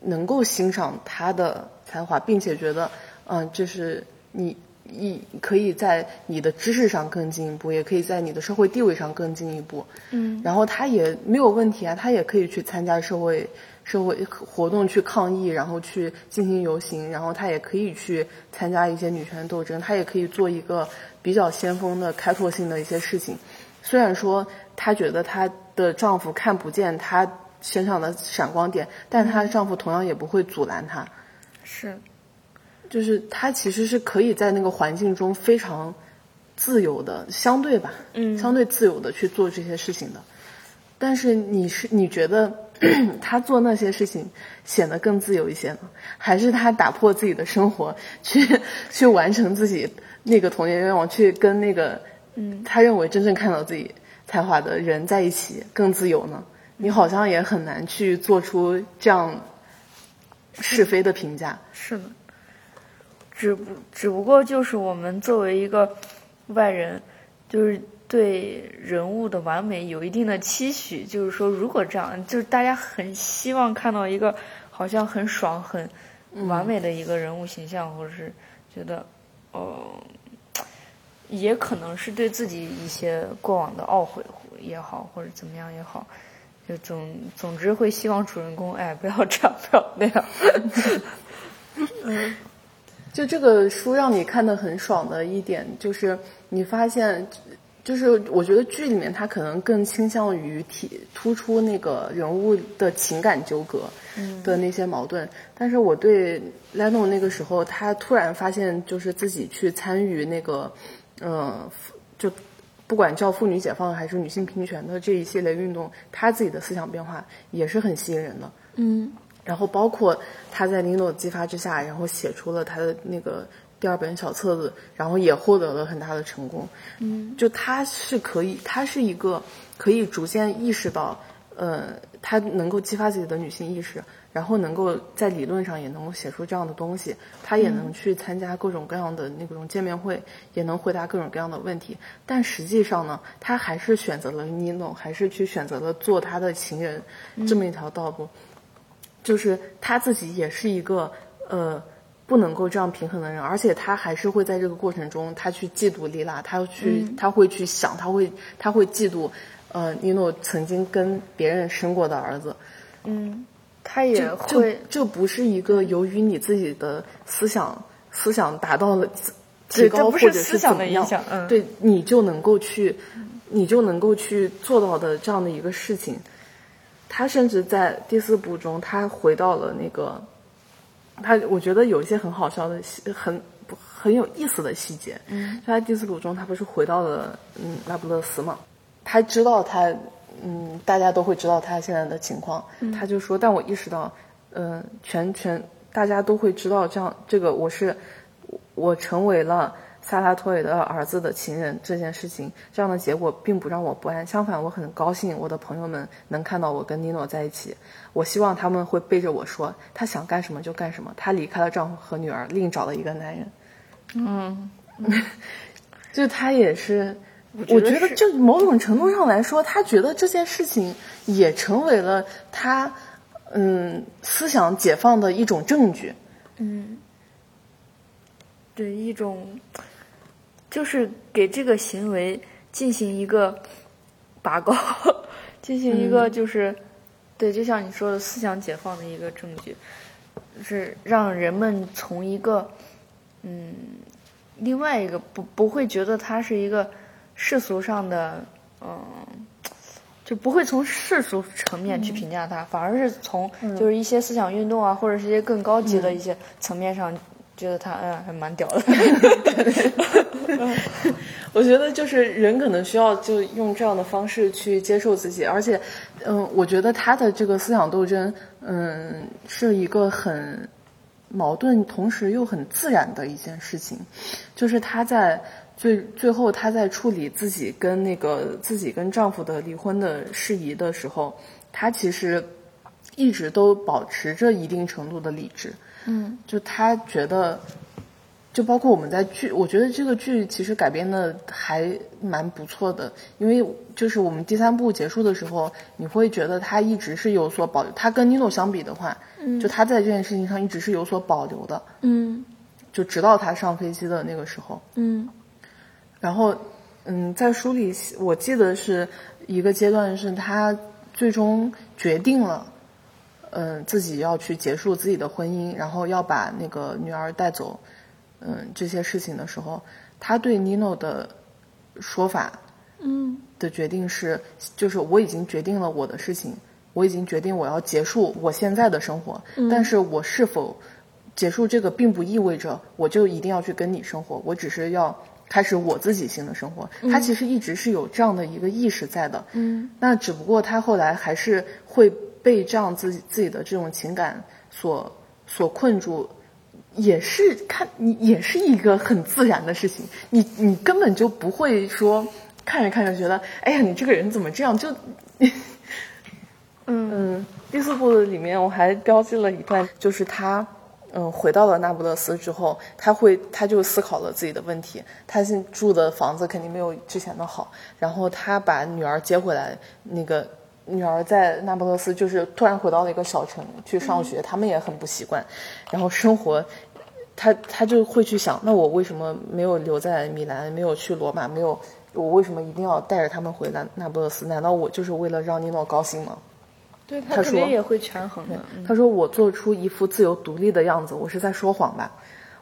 能够欣赏她的才华，并且觉得，嗯、就是你。你可以在你的知识上更进一步，也可以在你的社会地位上更进一步。
嗯
然后他也没有问题啊，他也可以去参加社会社会活动去抗议，然后去进行游行，然后他也可以去参加一些女权斗争，他也可以做一个比较先锋的开拓性的一些事情。虽然说她觉得她的丈夫看不见她身上的闪光点，但她的丈夫同样也不会阻拦她。
是
就是她其实是可以在那个环境中非常自由的，相对吧，
嗯
相对自由的去做这些事情的。但是你是你觉得 [clears throat] 她做那些事情显得更自由一些呢，还是她打破自己的生活去 [laughs] 去完成自己那个童年愿望，去跟那个
嗯
她认为真正看到自己才华的人在一起更自由呢？你好像也很难去做出这样是非的评价。
是的，只不只不过就是我们作为一个外人，就是对人物的完美有一定的期许，就是说如果这样，就是大家很希望看到一个好像很爽、很完美的一个人物形象，或者是觉得，哦、也可能是对自己一些过往的懊悔也好，或者怎么样也好。就总总之会希望主人公哎不要这样不要那样， [laughs]
就这个书让你看得很爽的一点，就是你发现，就是我觉得剧里面它可能更倾向于体突出那个人物的情感纠葛的那些矛盾，但是我对莱诺那个时候，他突然发现就是自己去参与那个，呃，就不管叫妇女解放还是女性平权的这一系列运动，他自己的思想变化也是很吸引人的。
嗯，
然后包括他在林诺的激发之下，然后写出了他的那个第二本小册子，然后也获得了很大的成功。嗯，就他是可以，他是一个可以逐渐意识到，呃，他能够激发自己的女性意识，然后能够在理论上也能够写出这样的东西，他也能去参加各种各样的那种见面会，也能回答各种各样的问题。但实际上呢，他还是选择了尼诺，还是去选择了做他的情人、这么一条道路。就是他自己也是一个呃不能够这样平衡的人，而且他还是会在这个过程中，他去嫉妒莉拉，他去、他会去想，他会他会嫉妒，呃，尼诺曾经跟别人生过的儿子，
他也
就
会
这不是一个由于你自己的思想思想达到了提
对
高
这
或
不是
者
思
怎
想
么
的
样
影响嗯
对你就能够去你就能够去做到的这样的一个事情。他甚至在第四部中，他回到了那个他，我觉得有一些很好笑的细很。很有意思的细节，嗯，他在第四部中，他不是回到了嗯那不勒斯嘛，他知道他，嗯，大家都会知道他现在的情况，他就说，但我意识到，嗯、全全大家都会知道这样，这个我是我成为了萨拉托尔的儿子的情人这件事情，这样的结果并不让我不安，相反，我很高兴我的朋友们能看到我跟尼诺在一起，我希望他们会背着我说，他想干什么就干什么，他离开了丈夫和女儿，另找了一个男人，嗯， [laughs] 就他也是。我觉得这某种程度上来说，他觉得这件事情也成为了他嗯思想解放的一种证据。
对一种，就是给这个行为进行一个拔高， [laughs] 进行一个就是，对，就像你说的思想解放的一个证据，是让人们从一个嗯另外一个不不会觉得它是一个世俗上的嗯。就不会从世俗层面去评价它，反而是从就是一些思想运动啊，或者是一些更高级的一些层面上，觉得他嗯还蛮屌的。 [laughs]
[laughs] 我觉得就是人可能需要就用这样的方式去接受自己，而且，嗯，我觉得他的这个思想斗争，嗯，是一个很矛盾，同时又很自然的一件事情，就是他在最最后他在处理自己跟那个自己跟丈夫的离婚的事宜的时候，他其实一直都保持着一定程度的理智，嗯，就他觉得就包括我们在剧，我觉得这个剧其实改编的还蛮不错的，因为就是我们第三部结束的时候，你会觉得他一直是有所保留，他跟妮诺相比的话，就他在这件事情上一直是有所保留的，
嗯
就直到他上飞机的那个时候，
嗯
然后，嗯，在书里我记得是一个阶段是他最终决定了，嗯、自己要去结束自己的婚姻，然后要把那个女儿带走，嗯、这些事情的时候，他对尼诺的说法
嗯
的决定是，就是我已经决定了我的事情，我已经决定我要结束我现在的生活，但是我是否结束这个，并不意味着我就一定要去跟你生活，我只是要开始我自己新的生活。他其实一直是有这样的一个意识在的，
嗯，
那只不过他后来还是会被这样自己自己的这种情感所所困住，也是看你也是一个很自然的事情，你你根本就不会说看着看着觉得，哎呀，你这个人怎么这样？就，嗯，第四部里面我还标记了一段，就是他。嗯，回到了那不勒斯之后，他会，他就思考了自己的问题。他现住的房子肯定没有之前的好，然后他把女儿接回来，那个女儿在那不勒斯就是突然回到了一个小城去上学，他们也很不习惯，然后生活他他就会去想，那我为什么没有留在米兰，没有去罗马，没有我为什么一定要带着他们回来那不勒斯？难道我就是为了让尼诺高兴吗？
对
他
他肯
说
定也会权衡的。嗯
他说我做出一副自由独立的样子，我是在说谎吧？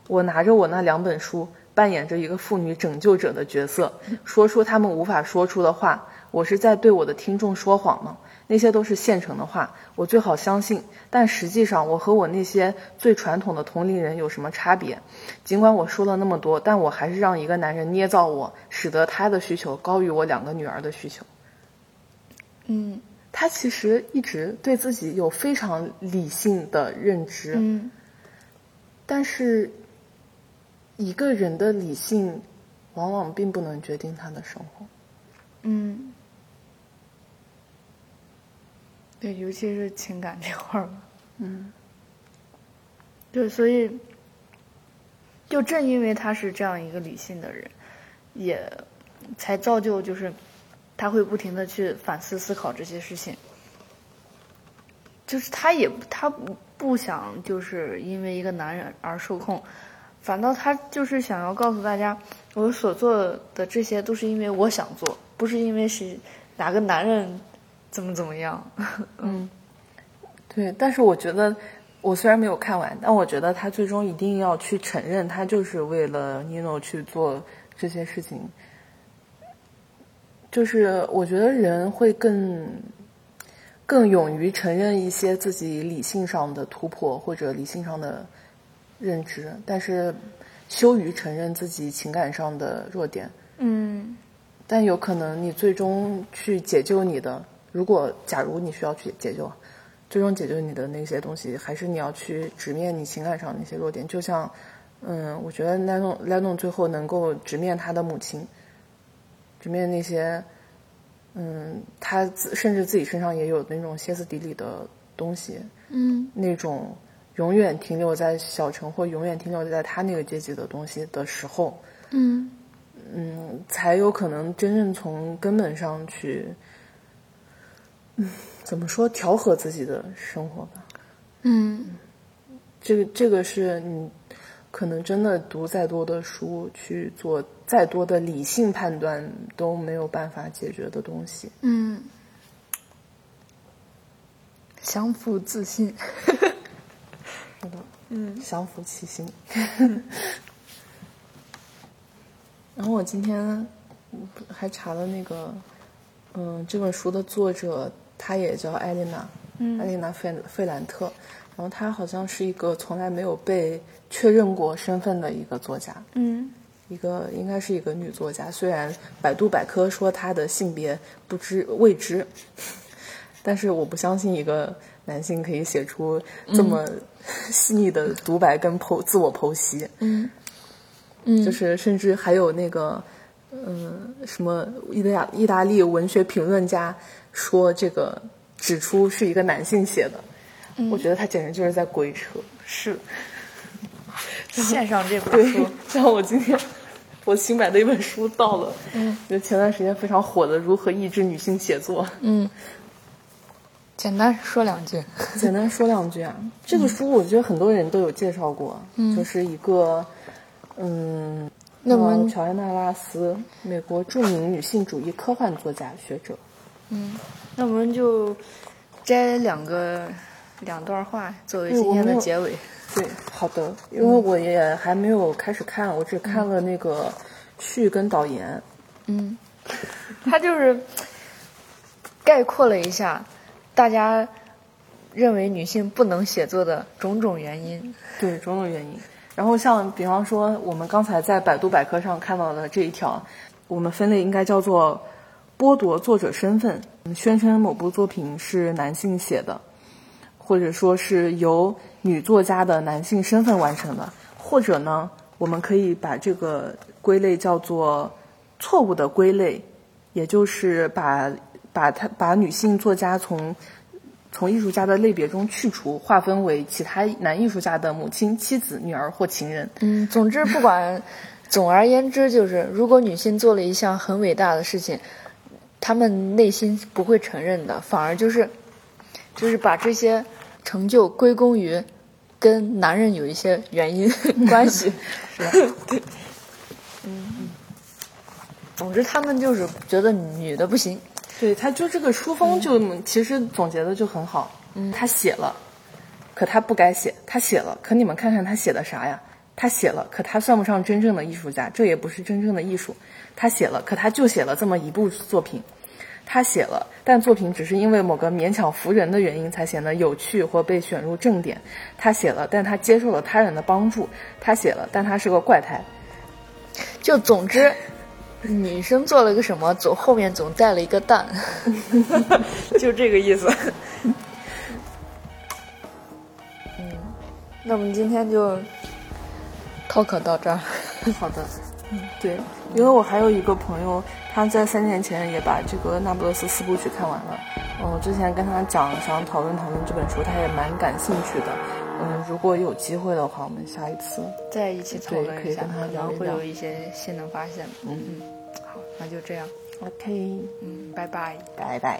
我拿着我那两本书，扮演着一个妇女拯救者的角色，
嗯
说出他们无法说出的话。我是在对我的听众说谎吗？那些都是现成的话，我最好相信。但实际上，我和我那些最传统的同龄人有什么差别？尽管我说了那么多，但我还是让一个男人捏造我，使得他的需求高于我两个女儿的需求。
嗯
他其实一直对自己有非常理性的认知，
嗯
但是一个人的理性往往并不能决定他的生活。
嗯，对，尤其是情感这块儿吧。
嗯，
对，所以就正因为他是这样一个理性的人，也才造就就是他会不停的去反思思考这些事情。就是她也她不想就是因为一个男人而受控，反倒她就是想要告诉大家，我所做的这些都是因为我想做，不是因为是哪个男人怎么怎么样。
对，但是我觉得，我虽然没有看完，但我觉得他最终一定要去承认，他就是为了 Nino 去做这些事情。就是我觉得人会更更勇于承认一些自己理性上的突破或者理性上的认知，但是羞于承认自己情感上的弱点。
嗯
但有可能你最终去解救你的，如果假如你需要去解救，最终解救你的那些东西，还是你要去直面你情感上的那些弱点。就像，嗯，我觉得莱农莱农最后能够直面他的母亲，直面那些，嗯，他自甚至自己身上也有那种歇斯底里的东西，
嗯
那种永远停留在小城或永远停留在他那个阶级的东西的时候，
嗯
嗯，才有可能真正从根本上去，嗯，怎么说调和自己的生活吧。
嗯
这个这个是你可能真的读再多的书，去做再多的理性判断都没有办法解决的东西。
嗯，相互自信。
相夫其心。 [laughs] 然后我今天嗯还查了那个，嗯，这本书的作者她也叫艾琳娜，艾琳娜费费兰特。然后她好像是一个从来没有被确认过身份的一个作家，
嗯
一个应该是一个女作家。虽然百度百科说她的性别不知未知， [laughs] 但是我不相信一个男性可以写出这么 [laughs] 细腻的独白跟剖自我剖析。
嗯嗯
就是甚至还有那个，嗯、什么意大意大利文学评论家说这个指出是一个男性写的，
嗯
我觉得他简直就是在鬼扯。
[laughs]
[laughs]
是。献上这本
对
书，，
[laughs] 像我今天我新买的一本书到了，嗯，就前段时间非常火的《如何抑制女性写作》， [laughs]
嗯，简单说两句。
简单说两句啊，这个书我觉得很多人都有介绍过，就是一个，嗯，
那么
呃乔安娜拉斯，美国著名女性主义科幻作家学者，
那我们就摘两个两段话作为
对
今
我
天
没
的
有
结尾。
对，好的，因为我也还没有开始看，我只看了那个序跟导言，
嗯，他就是概括了一下大家认为女性不能写作的种种原因。
对种种原因。然后像比方说，我们刚才在百度百科上看到的这一条，我们分类应该叫做剥夺作者身份，嗯宣称某部作品是男性写的，或者说是由女作家的男性身份完成的，或者呢，我们可以把这个归类叫做错误的归类，也就是把把它把女性作家从从艺术家的类别中去除，划分为其他男艺术家的母亲、妻子、女儿或情人。
嗯，总之不管，总而言之就是，如果女性做了一项很伟大的事情，她们内心不会承认的，反而就是，就是把这些成就归功于跟男人有一些原 [laughs] 因关系。是吧？对，嗯。总之，他们就是觉得女的不行。
对，他就这个书风就、其实总结的就很好。嗯，他写了，可他不该写；他写了，可你们看看他写的啥呀？他写了，可他算不上真正的艺术家，这也不是真正的艺术。他写了，可他就写了这么一部作品。他写了，但作品只是因为某个勉强服人的原因才显得有趣或被选入正点。他写了，但他接受了他人的帮助。他写了，但他是个怪胎。
就总之，女生做了个什么，总后面总带了一个蛋， [laughs] 就这个意思。嗯，那我们今天就 talk 到这儿。
好的，嗯，对，因为我还有一个朋友，他在三年前也把这个《那不勒斯四部曲》看完了。嗯，我之前跟他讲想讨论讨论这本书，他也蛮感兴趣的。嗯，如果有机会的话，我们下一次
再一起讨
对
论
可以
一下，
跟他
可
聊
能
一
会
聊
有一些新的发现。嗯嗯，好，那就这样。
，OK，
嗯，拜拜。
拜拜。